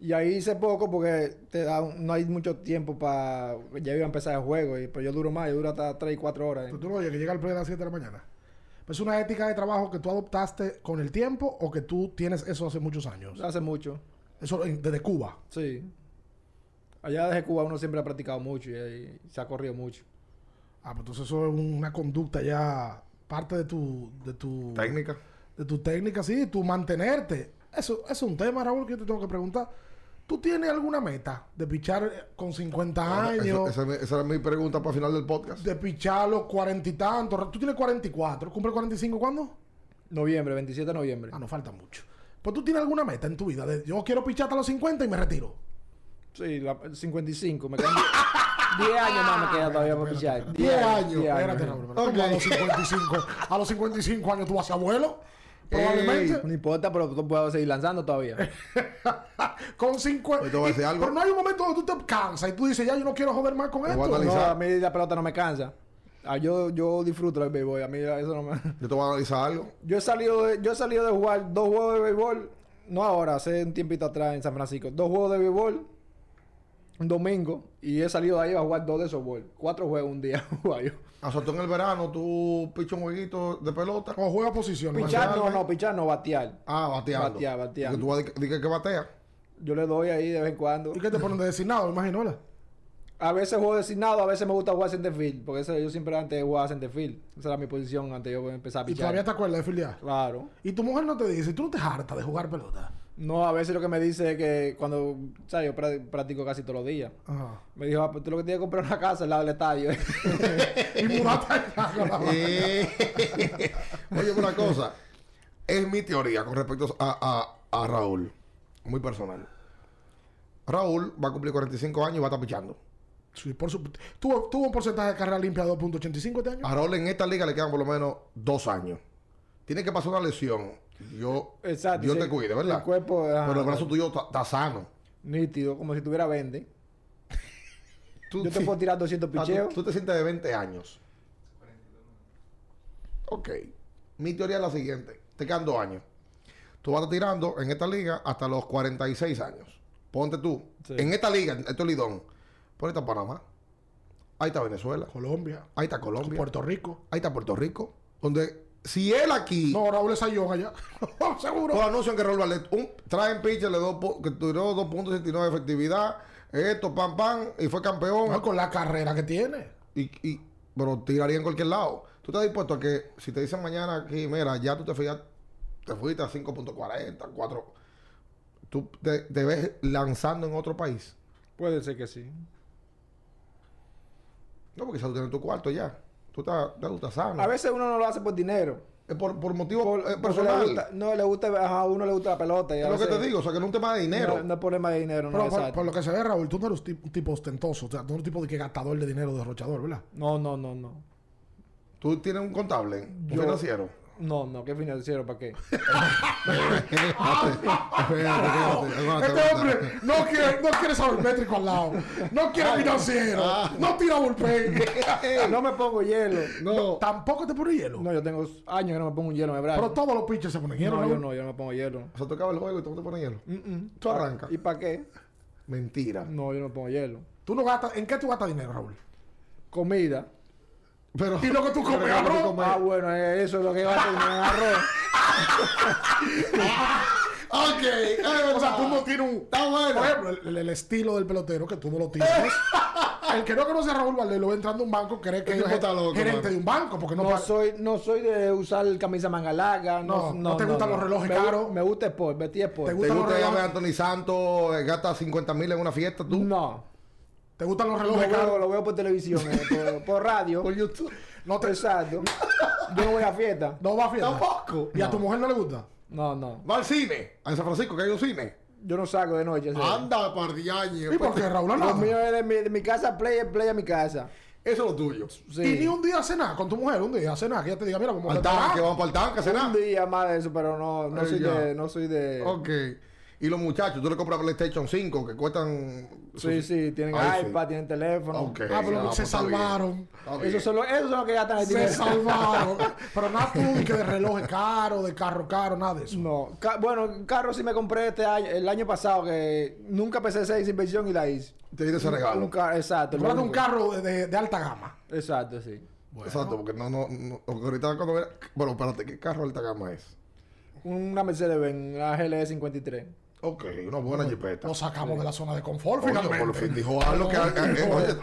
Speaker 3: Y ahí hice poco porque te da un- no hay mucho tiempo para... Ya iba a empezar el juego, y, pero yo duro más, yo duro hasta 3 y 4 horas.
Speaker 2: Tú, tú lo oyes, que llega al play a las 7 de la mañana. Pues ¿Es una ética de trabajo que tú adoptaste con el tiempo o que tú tienes eso hace muchos años?
Speaker 3: Hace mucho,
Speaker 2: Eso en- desde Cuba.
Speaker 3: sí. Allá desde Cuba uno siempre ha practicado mucho y, ahí se ha corrido mucho.
Speaker 2: Ah, pues entonces eso es una conducta ya parte de tu, de tu
Speaker 1: Técnica.
Speaker 2: de tu técnica, sí, tu mantenerte. Eso, eso es un tema, Raúl, que yo te tengo que preguntar. ¿Tú tienes alguna meta de pichar eh, con 50 años?
Speaker 1: Esa, esa- esa era mi pregunta para el final del podcast.
Speaker 2: De pichar los cuarenta y tantos. Tú tienes 44. ¿Cumple 45 cuándo?
Speaker 3: Noviembre, 27 de noviembre.
Speaker 2: Ah, no falta mucho. Pues tú tienes alguna meta en tu vida. De, yo quiero pichar hasta los 50 y me retiro.
Speaker 3: Sí, la, el 55. Me quedan 10 años más, me queda todavía para pichar.
Speaker 1: 10 años.
Speaker 3: diez
Speaker 2: Espérate, Raúl. pero ¿cómo A los 55. A los 55 años tú vas a ser abuelo. Probablemente.
Speaker 3: No importa, pero tú puedo seguir lanzando todavía.
Speaker 2: [LAUGHS] Con 50.
Speaker 1: Pues te voy a decir algo.
Speaker 2: Pero no hay un momento donde tú te cansas y tú dices, ya yo no quiero joder más con
Speaker 1: Te voy a
Speaker 2: esto.
Speaker 1: analizar.
Speaker 3: No, a mí la pelota no me cansa. Ah, yo, yo disfruto del béisbol. A mí eso no me...
Speaker 1: Yo te voy a analizar algo.
Speaker 3: Yo he salido de, yo he salido de jugar dos juegos de béisbol. No ahora, hace un tiempito atrás en San Francisco. Dos juegos de béisbol. Un domingo. Y he salido de ahí a jugar dos de softball. Cuatro juegos un día. [LAUGHS] jugaba yo.
Speaker 1: O sea, tú en el verano, tú pichas un jueguito de pelota.
Speaker 2: O juega posición.
Speaker 3: Pichar no,
Speaker 1: Batearme.
Speaker 3: no, pichar no, batear.
Speaker 1: Ah, bateando.
Speaker 3: Batear, bateando.
Speaker 1: Y que tú vas a di- di que- que batea.
Speaker 3: [LAUGHS]
Speaker 1: [LAUGHS]
Speaker 3: Yo le doy ahí de vez en cuando.
Speaker 2: ¿Y qué te ponen de designado? Me imagino, ¿verdad?
Speaker 3: A veces juego designado, a veces me gusta jugar center field. Porque eso, yo siempre antes jugaba center field. Esa era mi posición antes de yo empezar a
Speaker 2: Y
Speaker 3: pichar.
Speaker 2: todavía te acuerdas de filial.
Speaker 3: Claro.
Speaker 2: Y tu mujer no te dice, tú no te hartas de jugar pelota.
Speaker 3: No, a veces lo que me dice es que cuando... O sea, yo pra- practico casi todos los días.
Speaker 2: Ajá.
Speaker 3: Me dijo, ah, pues tú lo que tienes que comprar es una casa al lado del estadio. [LAUGHS]
Speaker 2: Y mudarte allá.
Speaker 1: Eh, Oye, una cosa. Es mi teoría con respecto a, a- a Raúl. Muy personal. Raúl va a cumplir 45 años y va a estar pichando.
Speaker 2: Sí, por su... ¿Tuvo, tuvo un porcentaje de carrera limpia de 2.85 este año.
Speaker 1: A Raúl en esta liga le quedan por lo menos dos años. Tiene que pasar una lesión. Yo,
Speaker 3: Exacto,
Speaker 1: Dios
Speaker 3: sí,
Speaker 1: te cuide, ¿verdad?
Speaker 3: el cuerpo, ajá.
Speaker 1: Pero el brazo tuyo está está sano.
Speaker 3: Nítido, como si tuviera 20.
Speaker 1: Tú-
Speaker 3: Yo te
Speaker 1: sí.
Speaker 3: puedo tirar 200
Speaker 1: Ah, tú-
Speaker 3: picheos.
Speaker 1: tú, te sientes de 20 años. Ok. Mi teoría es la siguiente. Te quedan dos años. Tú vas a estar tirando en esta liga hasta los 46 años. Ponte tú.
Speaker 3: Sí.
Speaker 1: En esta liga, esto es Lidón. Ponete a Panamá. Ahí está Venezuela.
Speaker 2: Colombia,
Speaker 1: Ahí está Colombia.
Speaker 2: Puerto Rico.
Speaker 1: Ahí está Puerto Rico. Donde si él aquí...
Speaker 2: No, Raúl es Sayón allá. [LAUGHS] Seguro.
Speaker 1: Todos anuncian que Raúl Valdés, un, traen pitcher, le dos, po- que tiró 2.69 de efectividad, esto, pam, pam, y fue campeón.
Speaker 2: No, con la carrera que tiene.
Speaker 1: Y, y, pero tiraría en cualquier lado. ¿Tú estás dispuesto a que si te dicen mañana aquí, mira, ya tú te fuiste, te fuiste a 5.40, 4, tú te, te ves lanzando en otro país?
Speaker 3: Puede ser que sí.
Speaker 1: No, porque quizás tú tienes tu cuarto ya. Tú estás, ya tú estás sano.
Speaker 3: A veces uno no lo hace por dinero.
Speaker 1: Es por, por motivos
Speaker 3: Por-
Speaker 1: eh,
Speaker 3: porque le gusta-
Speaker 1: personales.
Speaker 3: no, le gusta, ajá, a uno le gusta la pelota. y a
Speaker 1: Es lo que
Speaker 3: veces-
Speaker 1: te digo, o sea, que no es un tema de dinero.
Speaker 3: No, no es problema de dinero, no
Speaker 2: Pero por,
Speaker 3: exacto.
Speaker 2: por lo que se ve, Raúl, tú no eres un tipo ostentoso. O sea, tú no eres un tipo de que gastador de dinero, derrochador, ¿verdad?
Speaker 3: No, no, no, no.
Speaker 1: Tú tienes un contable, un
Speaker 3: Yo- [LAUGHS]
Speaker 1: financiero.
Speaker 3: No, no, ¿qué financiero? ¿Para qué? Ah, [LAUGHS]
Speaker 2: Este hombre no quiere, no quiere saber métrico al lado. No quiere financiero. No tira bullpen.
Speaker 3: no me pongo hielo.
Speaker 1: [LAUGHS] No,
Speaker 2: Tampoco te pone hielo.
Speaker 3: No, yo tengo años que no me pongo un hielo en el brazo.
Speaker 2: Pero todos los pinches se ponen hielo.
Speaker 3: no,
Speaker 2: Raúl.
Speaker 3: yo no, yo no me pongo hielo.
Speaker 1: o sea, tocaba el juego y tú te pones hielo.
Speaker 3: Mm,
Speaker 1: Tú
Speaker 3: ¿Para-
Speaker 1: arrancas.
Speaker 3: ¿Y para qué?
Speaker 1: Mentira.
Speaker 3: No, yo no me pongo hielo.
Speaker 2: Tú no gastas, ¿En qué tú gastas
Speaker 1: [LAUGHS]
Speaker 2: dinero, Raúl?
Speaker 3: Comida.
Speaker 1: Pero,
Speaker 2: Y lo que tú comes,
Speaker 1: Pero lo que tú
Speaker 2: arroz.
Speaker 1: comes.
Speaker 3: Ah, bueno, eh, eso es lo que va a tener arroz.
Speaker 2: [LAUGHS]
Speaker 1: Ok, es verdad.
Speaker 2: O sea, tú no tienes un.
Speaker 1: Está bueno. [LAUGHS]
Speaker 2: Por ejemplo, el, el estilo del pelotero que tú no lo tienes. sea, el que no conoce a Raúl Valdés lo ve entrando a un banco, cree que
Speaker 1: El
Speaker 2: es
Speaker 1: tipo está loco,
Speaker 2: gerente
Speaker 1: mano.
Speaker 2: de un banco, porque no,
Speaker 3: No
Speaker 2: pa-
Speaker 3: soy, no soy de usar camisa manga larga.
Speaker 2: No,
Speaker 3: No,
Speaker 2: no te gustan los relojes
Speaker 3: Me gu-
Speaker 2: caros.
Speaker 3: Me gusta Sport, vestí Sport.
Speaker 2: ¿Te
Speaker 1: ¿Te
Speaker 2: gustan los
Speaker 1: gusta ya ver a
Speaker 2: relojes?
Speaker 1: Anthony Santos eh, gasta 50 mil en una fiesta tú?
Speaker 3: No.
Speaker 2: te gustan los
Speaker 3: Lo
Speaker 2: relojes
Speaker 3: veo,
Speaker 2: caros.
Speaker 3: lo veo por televisión, eh,
Speaker 2: [LAUGHS]
Speaker 3: por, por radio.
Speaker 1: Por YouTube.
Speaker 3: No te Exacto. Yo no voy a fiesta.
Speaker 2: No va a fiesta.
Speaker 1: Tampoco.
Speaker 2: ¿Y a tu mujer no le gusta?
Speaker 3: No, no.
Speaker 1: Va al cine. A San Francisco, que hay un cine.
Speaker 3: Yo no salgo de noche. sí.
Speaker 1: Anda, pardiañe.
Speaker 2: ¿Y por qué Raúl no?
Speaker 3: Lo mío es de mi, de mi casa, play, es play a mi casa.
Speaker 1: Eso es lo tuyo.
Speaker 3: Sí.
Speaker 2: Y ni un día a cenar con tu mujer, un día a cenar, que ella te diga, mira, vamos a
Speaker 1: Al
Speaker 2: cenar.
Speaker 1: tanque, vamos para el tanque a cenar.
Speaker 3: Un día más de eso, pero no, no
Speaker 1: Ay,
Speaker 3: soy
Speaker 1: ya.
Speaker 3: de. No soy de.
Speaker 1: Ok. Y los muchachos, tú le compras PlayStation 5 que cuestan.
Speaker 3: Sí, sí, tienen
Speaker 1: Ay, sí.
Speaker 3: iPad, tienen teléfono.
Speaker 1: Ok.
Speaker 2: Ah, pero
Speaker 1: Ah,
Speaker 2: se
Speaker 1: pues está bien.
Speaker 2: salvaron.
Speaker 1: Está bien.
Speaker 3: Esos son, los, esos son los que gastan el
Speaker 2: Se
Speaker 3: dinero.
Speaker 2: salvaron. [LAUGHS] pero nada tú, ni que de relojes caros, de carro caro, nada de eso.
Speaker 3: No, Ca- bueno, carro sí me compré este año, el año pasado, que nunca pensé hacer esa inversión y la hice.
Speaker 1: Te diste ese regalo.
Speaker 3: Un ca- exacto.
Speaker 2: Te
Speaker 3: lo
Speaker 2: compraste un
Speaker 3: único.
Speaker 2: carro de, de- de alta gama.
Speaker 3: Exacto, sí.
Speaker 1: Exacto, porque no, no, no- porque ahorita cuando vea- Bueno, espérate, ¿qué carro alta gama es?
Speaker 3: Una Mercedes-Benz, una GLE 53.
Speaker 1: Ok, una buena jipeta.
Speaker 2: Lo sacamos de la zona de confort,
Speaker 1: Oye,
Speaker 2: finalmente.
Speaker 1: por fin dijo algo que.
Speaker 2: Oye,
Speaker 1: eh, oye,
Speaker 2: oye.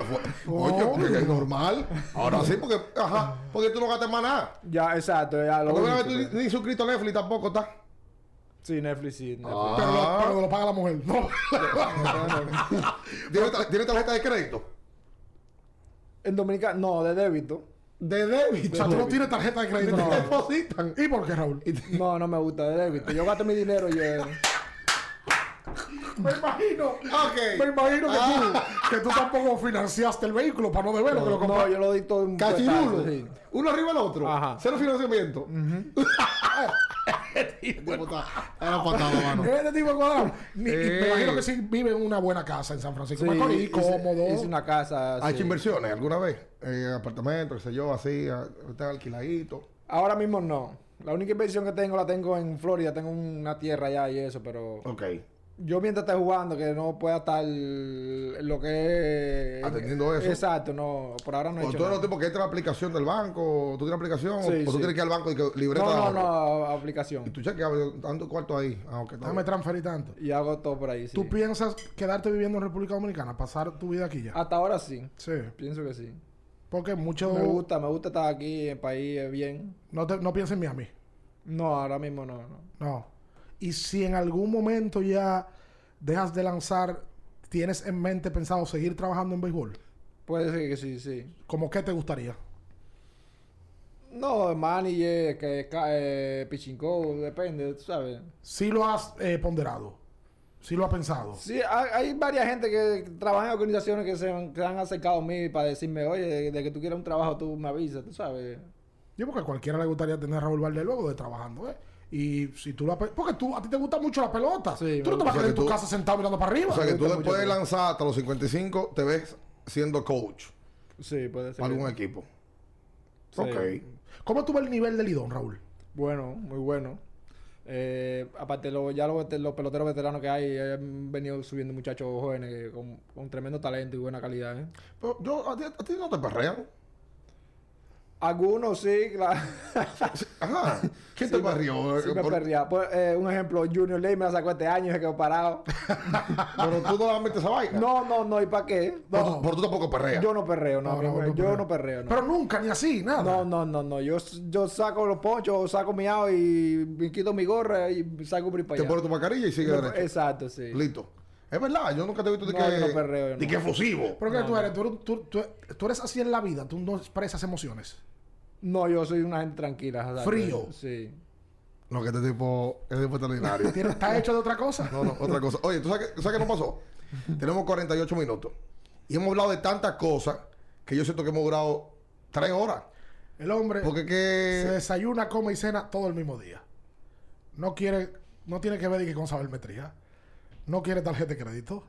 Speaker 1: oye, porque es normal. Ahora sí, porque. Ajá, porque tú no gastas más nada.
Speaker 3: Ya, exacto, ya lo
Speaker 1: Porque mira,
Speaker 3: único,
Speaker 1: tú
Speaker 3: pero-
Speaker 1: ni, ni suscrito a Netflix tampoco estás.
Speaker 3: Sí, Netflix, sí. Netflix.
Speaker 2: Pero, lo,
Speaker 1: Ah.
Speaker 2: pero lo paga la mujer. No. [LAUGHS]
Speaker 1: [LAUGHS] ¿Tiene, ta- tiene tarjeta de crédito?
Speaker 3: En Dominicana, no, de débito.
Speaker 1: De débito.
Speaker 2: o sea, tú no tienes tarjeta de crédito.
Speaker 1: Te [LAUGHS]
Speaker 2: No.
Speaker 1: depositan.
Speaker 2: ¿Y por qué, Raúl?
Speaker 3: No, no me gusta, de débito. Yo gasto mi dinero y eh, yo...
Speaker 2: Me imagino.
Speaker 1: Ok.
Speaker 2: Me imagino que tú, que tú tampoco financiaste el vehículo para no deberlo, que lo
Speaker 3: No,
Speaker 2: compraste.
Speaker 3: yo lo di todo en un
Speaker 1: Cachirulo.
Speaker 3: puestazo, sí.
Speaker 1: Uno arriba del otro.
Speaker 3: Ajá.
Speaker 1: Cero financiamiento. [LAUGHS] El tipo está- Era patada, mano.
Speaker 2: Este tipo de cuadrado. Ni- y Me
Speaker 1: Eh.
Speaker 2: imagino que sí vive en una buena casa en San Francisco.
Speaker 3: Sí,
Speaker 2: Macorís,
Speaker 3: hice-
Speaker 2: cómodo.
Speaker 3: Hice una casa.
Speaker 1: ¿Has hecho
Speaker 3: sí.
Speaker 1: inversiones alguna vez? Eh, apartamento, qué sé yo, así, a- está alquiladito.
Speaker 3: Ahora mismo no. La única inversión que tengo la tengo en Florida. Tengo una tierra allá y eso, pero...
Speaker 1: Ok.
Speaker 3: Yo mientras esté jugando, que no pueda estar lo que es...
Speaker 1: Atendiendo eso.
Speaker 3: Exacto, no. Por ahora no he
Speaker 1: O
Speaker 3: hecho
Speaker 1: tú eres
Speaker 3: nada.
Speaker 1: tipo que entra a la aplicación del banco, tú tienes aplicación,
Speaker 3: Sí,
Speaker 1: o tú
Speaker 3: sí.
Speaker 1: tienes que ir al banco y que libreta de
Speaker 3: No, no,
Speaker 1: ahorro.
Speaker 3: no, aplicación.
Speaker 1: Y tú chequeas tanto cuarto ahí. Ah, ok. está
Speaker 2: Déjame
Speaker 1: bien.
Speaker 2: transferir tanto.
Speaker 3: Y hago todo por ahí, sí.
Speaker 2: ¿Tú piensas quedarte viviendo en República Dominicana? ¿Pasar tu vida aquí ya?
Speaker 3: Hasta ahora sí.
Speaker 2: Sí.
Speaker 3: Pienso que sí.
Speaker 2: Porque muchos
Speaker 3: Ah. Me gusta, me gusta estar aquí en el país eh, bien.
Speaker 2: no, te- no piensan en Miami.
Speaker 3: No, ahora mismo no, no.
Speaker 2: No. Y si en algún momento ya dejas de lanzar, ¿tienes en mente pensado seguir trabajando en béisbol?
Speaker 3: Puede ser que sí, sí.
Speaker 2: ¿Cómo qué te gustaría?
Speaker 3: No, manager, que ca- eh, pichinco, depende, tú sabes.
Speaker 2: Si lo has eh, ponderado. Si lo has pensado.
Speaker 3: Sí, hay, hay varias gente que trabaja en organizaciones que se han, que han acercado a mí para decirme, oye, de, de que tú quieras un trabajo, tú me avisas, tú sabes.
Speaker 2: Yo porque a cualquiera le gustaría tener a Raúl Valdés luego de trabajando, ¿eh? Y si tú la... pe- Porque tú, a ti te gusta mucho la pelota.
Speaker 3: Sí,
Speaker 2: tú no
Speaker 3: me
Speaker 2: te vas a
Speaker 1: gusta.
Speaker 2: quedar
Speaker 1: O sea que
Speaker 2: en tu
Speaker 1: tú-
Speaker 2: casa sentado mirando para arriba.
Speaker 1: O sea que tú
Speaker 3: gusta
Speaker 1: después de
Speaker 3: mucho.
Speaker 1: lanzar hasta los 55 te ves siendo coach
Speaker 3: Sí, puede ser.
Speaker 1: para algún
Speaker 3: que-
Speaker 1: equipo.
Speaker 3: Sí.
Speaker 1: Ok.
Speaker 2: ¿Cómo tú ves el nivel del Lidón, Raúl?
Speaker 3: Bueno, muy bueno. Eh, aparte, lo, ya los, vete- los peloteros veteranos que hay eh, han venido subiendo muchachos jóvenes que con, con tremendo talento y buena calidad. ¿eh?
Speaker 1: Pero yo, a ti, a ti no te
Speaker 3: [LAUGHS]
Speaker 1: perrean.
Speaker 3: Algunos sí, claro. [LAUGHS]
Speaker 1: Ajá. ¿Quién te perrió?
Speaker 3: Sí me
Speaker 1: Por-
Speaker 3: perdía. Por- eh, un ejemplo, Junior Ley me la sacó este año y se quedó parado.
Speaker 1: [LAUGHS] Pero tú no la metes esa vaina.
Speaker 3: No, no, no, ¿y para qué?
Speaker 1: Pero, tú- pero tú tampoco perreas.
Speaker 3: Yo no perreo, no,
Speaker 2: No,
Speaker 3: mi
Speaker 2: no,
Speaker 3: mujer,
Speaker 2: no
Speaker 3: yo
Speaker 2: perreo.
Speaker 3: no perreo, no.
Speaker 2: Pero nunca, ni así, nada.
Speaker 3: no, no, no, no. Yo, yo saco los ponchos, saco mi agua y me quito mi gorra y salgo por ahí para
Speaker 1: te
Speaker 3: allá.
Speaker 1: pones tu mascarilla y sigue
Speaker 3: Me-
Speaker 1: derecho.
Speaker 3: Exacto, sí.
Speaker 1: Listo. Es verdad, yo nunca te he visto de
Speaker 3: No,
Speaker 1: que.
Speaker 3: yo no perreo, yo
Speaker 1: de
Speaker 3: no.
Speaker 1: que efusivo.
Speaker 2: Pero que tú, eres, tú, eres- tú- tú- tú eres así en la vida, tú no expresas emociones.
Speaker 3: No, yo soy una gente tranquila. exacto.
Speaker 2: Frío.
Speaker 3: Sí.
Speaker 1: No, que este tipo. Este tipo es
Speaker 3: [LAUGHS]
Speaker 1: extraordinario. [LAUGHS]
Speaker 2: Tienes- ¿Estás hecho de otra cosa?
Speaker 1: No, no, otra cosa. Oye, ¿tú sabes qué, tú sabes qué nos pasó? Tenemos 48 minutos. Y hemos hablado de tantas cosas que yo siento que hemos durado tres horas.
Speaker 2: El hombre
Speaker 1: Porque
Speaker 2: se
Speaker 1: que.
Speaker 2: desayuna, come y cena todo el mismo día. No quiere, no tiene que ver de que con sabermetría. No quiere tarjeta de crédito.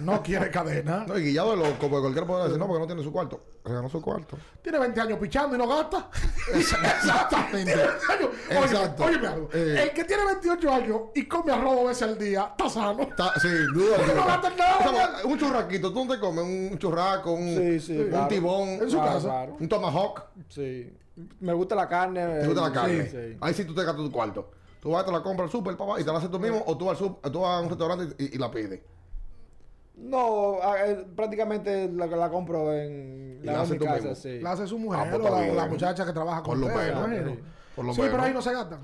Speaker 2: No quiere cadena.
Speaker 1: No, y guillado de loco, porque cualquiera puede decir, no, porque no tiene su cuarto. Regaló su cuarto.
Speaker 2: Tiene 20 años pichando y no gasta.
Speaker 1: [LAUGHS] Exactamente.
Speaker 2: Tiene 20 años. Óyeme,
Speaker 1: Exacto.
Speaker 2: óyeme algo.
Speaker 1: Eh.
Speaker 2: El que tiene 28 años y come arroz dos veces al día, está sano.
Speaker 1: Está- sí, duda.
Speaker 2: no
Speaker 1: duda.
Speaker 2: gastas nada,
Speaker 1: O sea,
Speaker 2: ¿verdad?
Speaker 1: un churraquito, ¿tú no te comes un churraco, un,
Speaker 3: Sí, sí,
Speaker 1: un
Speaker 3: claro.
Speaker 1: tibón,
Speaker 2: En su
Speaker 3: Claro,
Speaker 2: casa.
Speaker 3: Ah, claro.
Speaker 1: un tomahawk?
Speaker 3: Sí. Me gusta la carne.
Speaker 1: Te gusta
Speaker 3: eh,
Speaker 1: la carne.
Speaker 3: sí, sí.
Speaker 1: Ahí sí tú te gastas tu cuarto. Tú vas, te la compras al súper, papá, y te la haces tú mismo, o tú vas, al sup- tú vas a un restaurante y, y la pides.
Speaker 3: No, a- eh, prácticamente la, la compro en
Speaker 1: Y la
Speaker 3: hago en
Speaker 1: haces
Speaker 3: mi
Speaker 1: tú
Speaker 3: casa,
Speaker 1: mismo.
Speaker 3: sí.
Speaker 2: La hace su
Speaker 1: Ah,
Speaker 2: mujer
Speaker 1: pues,
Speaker 2: o la,
Speaker 1: está
Speaker 2: o la
Speaker 1: bien.
Speaker 2: muchacha que trabaja
Speaker 1: Por
Speaker 2: con
Speaker 1: lo
Speaker 2: usted,
Speaker 1: menos. eh.
Speaker 2: ¿no?
Speaker 3: sí.
Speaker 1: Por lo
Speaker 2: sí,
Speaker 1: menos.
Speaker 2: pero ahí no se gastan.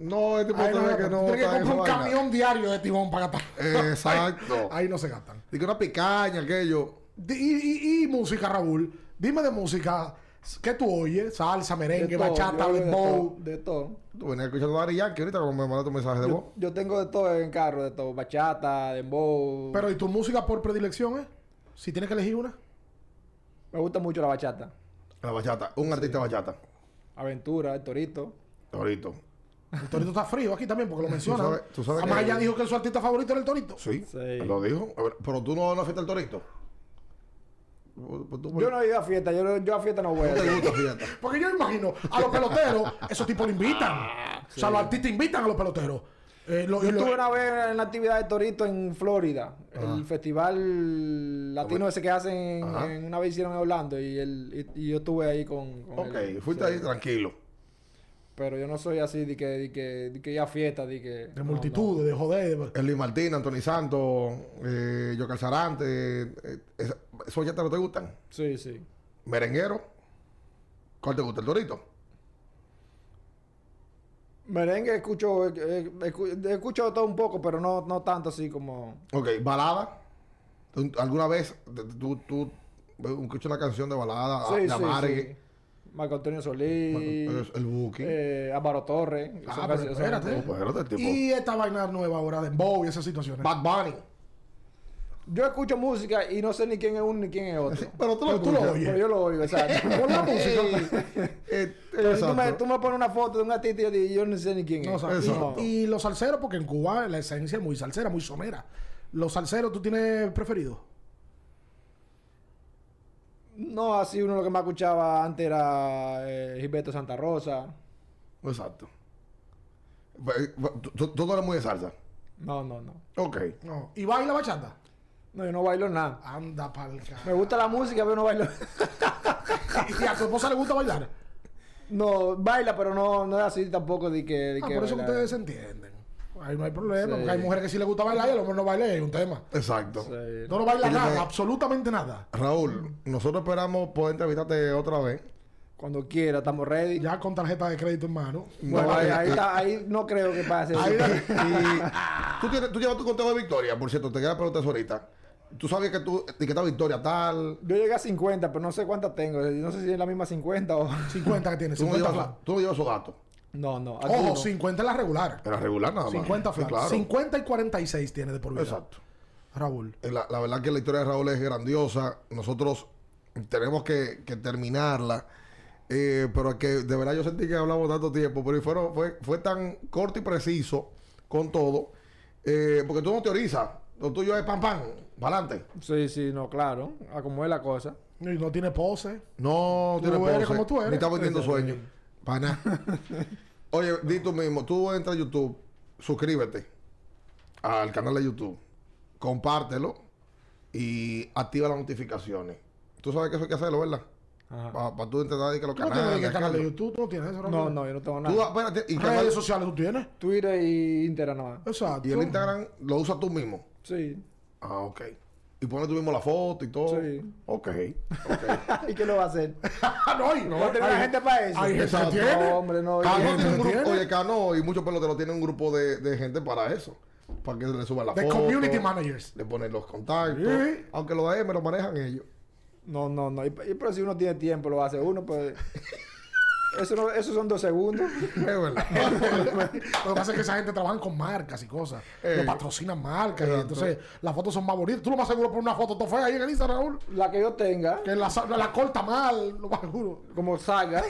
Speaker 1: No, este tipo
Speaker 2: Ahí no se
Speaker 1: tiene que
Speaker 2: gastan.
Speaker 1: no.
Speaker 2: Tú tienes que
Speaker 1: está en
Speaker 2: comprar un
Speaker 1: esa vaina.
Speaker 2: camión diario de tibón para gastar.
Speaker 1: Exacto.
Speaker 2: Ahí no se gastan.
Speaker 1: Digo, una picaña, aquello.
Speaker 2: Di- Y, y- y música, Raúl. Dime de música. ¿Qué tú oyes? Salsa,
Speaker 3: De
Speaker 2: merengue,
Speaker 3: todo,
Speaker 2: bachata,
Speaker 3: yo hago de
Speaker 2: dembow.
Speaker 3: todo, De todo.
Speaker 1: Tú venías escuchando a Ari Yankee ahorita cuando me mandaste un mensaje de voz.
Speaker 3: Yo, yo tengo de todo en carro, de todo. Bachata, dembow.
Speaker 2: Pero ¿y tu música por predilección, eh? Si tienes que elegir una.
Speaker 3: Me gusta mucho la bachata.
Speaker 1: La bachata. Un artista bachata.
Speaker 3: Aventura, el Torito.
Speaker 1: Ahorita.
Speaker 2: El Torito está frío aquí también porque lo menciona.
Speaker 1: sabes- tú sabes
Speaker 2: Además,
Speaker 1: que-
Speaker 2: ella dijo que su artista favorito era el Torito.
Speaker 1: Sí.
Speaker 3: Sí.
Speaker 1: Lo dijo. A ver, pero tú no, no fuiste al torito. Pues tú-
Speaker 3: Yo no he ido a fiesta, yo, no- yo a fiesta no voy.
Speaker 1: no te gusta, fíjate.
Speaker 2: [LAUGHS] Porque yo imagino, a los
Speaker 3: [LAUGHS]
Speaker 2: peloteros, esos tipos lo invitan. O sea, los artistas invitan a los peloteros. Eh, lo- y
Speaker 3: Ah, Yo
Speaker 2: lo-
Speaker 3: estuve una vez en la actividad de Torito en Florida, el festival latino ese que hacen en-
Speaker 1: Ajá.
Speaker 3: en una vez hicieron en Orlando y, el, y, y yo estuve ahí con, con él.
Speaker 1: Ok, fuiste ahí tranquilo.
Speaker 3: Pero yo no soy así de que, de que, de que ir a fiesta, de que...
Speaker 2: De
Speaker 3: no,
Speaker 2: multitud, de joder. de-
Speaker 1: Luis Martín, Anthony Santos, eh, Yo Calzarante. Eh, esa- ¿Esos ya te no te gustan?
Speaker 3: no. Sí, sí.
Speaker 1: Merenguero. ¿Cuál te gusta? El torito.
Speaker 3: Merengue escucho, eh, eh, escu- escucho de todo un poco, pero no, no tanto así como...
Speaker 1: Ok, balada. ¿Tú- ¿Alguna vez t- t- tú, tú escuchas una canción de balada
Speaker 3: Sí,
Speaker 1: Ah, de
Speaker 3: sí,
Speaker 1: Amargue?
Speaker 3: sí. Marco Antonio Solís,
Speaker 1: Es El Buki.
Speaker 3: eh, Álvaro Torres.
Speaker 2: Ah,
Speaker 3: son
Speaker 2: pero
Speaker 3: casi- son
Speaker 2: espérate.
Speaker 3: gente-
Speaker 1: Pues, espérate, tipo.
Speaker 2: Y esta vaina nueva ahora de Bow y esas situaciones.
Speaker 1: Bad Bunny.
Speaker 3: Yo escucho música y no sé ni quién es uno ni quién es otro.
Speaker 1: Pero tú,
Speaker 2: Pero tú lo
Speaker 1: escuchas.
Speaker 2: oyes.
Speaker 3: Pero yo lo
Speaker 1: [LAUGHS]
Speaker 3: oigo, exacto. Por la música.
Speaker 1: Eh,
Speaker 3: Pero si tú,
Speaker 1: exacto.
Speaker 3: me, tú me pones una foto de un artista y yo digo, yo no sé ni quién es.
Speaker 2: No, o sea, y-
Speaker 1: Exacto.
Speaker 2: y, los salseros, porque en Cuba la esencia es muy salsera, muy somera. Los salseros, ¿tú tienes preferido?
Speaker 3: No, así uno lo que más escuchaba antes era eh, Gilberto Santa Rosa.
Speaker 1: Exacto. Pe- pe- tú- Tú tú no eres muy de salsa.
Speaker 3: No, no, no.
Speaker 1: Ok.
Speaker 2: No. ¿Y baila bachata?
Speaker 3: No, yo no bailo nada.
Speaker 2: Anda pa'l ca-
Speaker 3: Me gusta la música, pero no bailo. [LAUGHS]
Speaker 2: ¿Y a tu esposa le gusta bailar?
Speaker 3: no, baila, pero no, no es así tampoco de que. de
Speaker 2: Ah,
Speaker 3: que
Speaker 2: por eso que
Speaker 3: bailar.
Speaker 2: ustedes se entienden. Ahí no hay problema,
Speaker 3: Sí.
Speaker 2: porque hay mujeres que sí les gusta bailar y a los hombres no bailan, es un tema.
Speaker 1: Exacto.
Speaker 3: Sí.
Speaker 2: No, no baila
Speaker 1: Y yo
Speaker 2: nada,
Speaker 1: me-
Speaker 2: absolutamente nada.
Speaker 1: Raúl, nosotros esperamos poder entrevistarte otra vez.
Speaker 3: Cuando quiera, estamos ready.
Speaker 2: Ya con tarjeta de crédito en mano.
Speaker 3: Bueno,
Speaker 1: No,
Speaker 3: ahí,
Speaker 1: eh,
Speaker 3: ahí
Speaker 1: eh.
Speaker 3: está- ahí no creo que pase.
Speaker 1: Y,
Speaker 3: [LAUGHS]
Speaker 1: y- tú, tienes, tú llevas tu conteo de victoria, por cierto, te quería preguntar eso ahorita. Tú sabes que tú etiquetas victoria tal.
Speaker 3: Yo llegué a 50, pero no sé cuántas tengo. No sé si es la misma 50 o. [LAUGHS]
Speaker 2: 50 que tiene,
Speaker 1: Tú no
Speaker 2: 50
Speaker 1: llevas,
Speaker 2: flat.
Speaker 1: tú no llevas esos datos.
Speaker 3: No, no. aquí
Speaker 2: Ojo,
Speaker 3: no.
Speaker 2: 50 es la regular.
Speaker 1: Era regular nada más.
Speaker 2: 50
Speaker 1: Sí,
Speaker 2: flat.
Speaker 1: claro.
Speaker 2: 50 y 46 tiene de por vida.
Speaker 1: Exacto.
Speaker 2: Raúl.
Speaker 1: Eh, La, la verdad que la historia de Raúl es grandiosa. Nosotros tenemos que, que terminarla. Eh, pero que de verdad yo sentí que hablamos tanto tiempo. Pero fueron- fue, fue tan corto y preciso con todo. Eh, porque tú no teorizas. Lo tuyo es pam pam. Para adelante.
Speaker 3: Sí, sí, no, claro. A como es la cosa.
Speaker 2: Y no tiene pose.
Speaker 1: No,
Speaker 2: Tú
Speaker 1: tienes
Speaker 2: eres
Speaker 1: pose,
Speaker 2: como tú eres.
Speaker 1: Ni estás vendiendo sueños. Para nada. Oye, di tú mismo. Tú entras a YouTube. Suscríbete al canal de YouTube. Compártelo. Y activa las notificaciones. Tú sabes que eso hay que hacerlo, ¿verdad?
Speaker 3: Ajá.
Speaker 1: Para tú intentar que los
Speaker 2: Tú no tienes
Speaker 1: canales.
Speaker 2: que canal de
Speaker 1: aquello.
Speaker 2: YouTube, tú no tienes eso, Raúl.
Speaker 3: No, no, yo no tengo
Speaker 1: Tú,
Speaker 3: nada.
Speaker 1: espérate,
Speaker 2: Ah,
Speaker 1: y, canal-
Speaker 2: Redes sociales tú tienes.
Speaker 3: Twitter y Instagram nada más.
Speaker 2: Exacto.
Speaker 1: y el [LAUGHS] Instagram lo usas tú mismo.
Speaker 3: Sí. [LAUGHS]
Speaker 1: Ah, ok. Y pones tú mismo la foto y todo.
Speaker 3: Sí.
Speaker 1: Ok.
Speaker 3: ¿Y qué lo va a hacer?
Speaker 2: Ah, no, hay-
Speaker 3: ¿Va a tener la
Speaker 2: hay-
Speaker 3: gente para eso?
Speaker 2: Hay gente que
Speaker 1: Exacto.
Speaker 2: tiene.
Speaker 3: No, hombre, no.
Speaker 1: Cano
Speaker 3: yo-
Speaker 2: gente
Speaker 1: tiene un
Speaker 2: lo
Speaker 1: grupo-
Speaker 2: tiene.
Speaker 1: oye, Cano y muchos peloteros tienen un grupo de, de gente para eso. Para que le suban la
Speaker 2: De
Speaker 1: foto.
Speaker 2: community managers.
Speaker 1: Le ponen los contactos.
Speaker 2: Sí.
Speaker 1: Aunque los AM los manejan ellos.
Speaker 3: No, no, no. Y, y- pero si uno tiene tiempo, lo hace uno, pues. Eso, no, eso son dos segundos.
Speaker 1: Es verdad.
Speaker 2: Lo que pasa es que esa gente trabaja con marcas y cosas.
Speaker 1: Eh.
Speaker 2: Lo patrocinan marcas. Y
Speaker 1: Exacto.
Speaker 2: entonces las fotos son más bonitas. Tú lo más seguro por una foto todo fea ahí en el Instagram, Raúl.
Speaker 3: La que yo tenga,
Speaker 2: Que la, sa- la corta mal, lo más seguro.
Speaker 3: como salga.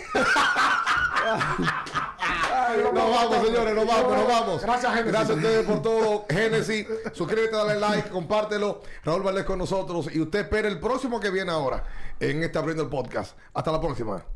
Speaker 1: nos vamos, señores, nos vamos, nos vamos.
Speaker 2: Gracias, Génesis.
Speaker 1: Gracias a ustedes por todo. Génesis, suscríbete, dale like, compártelo. Raúl Valdés con nosotros. Y usted espera el próximo que viene ahora en este Abriendo el Podcast. Hasta la próxima.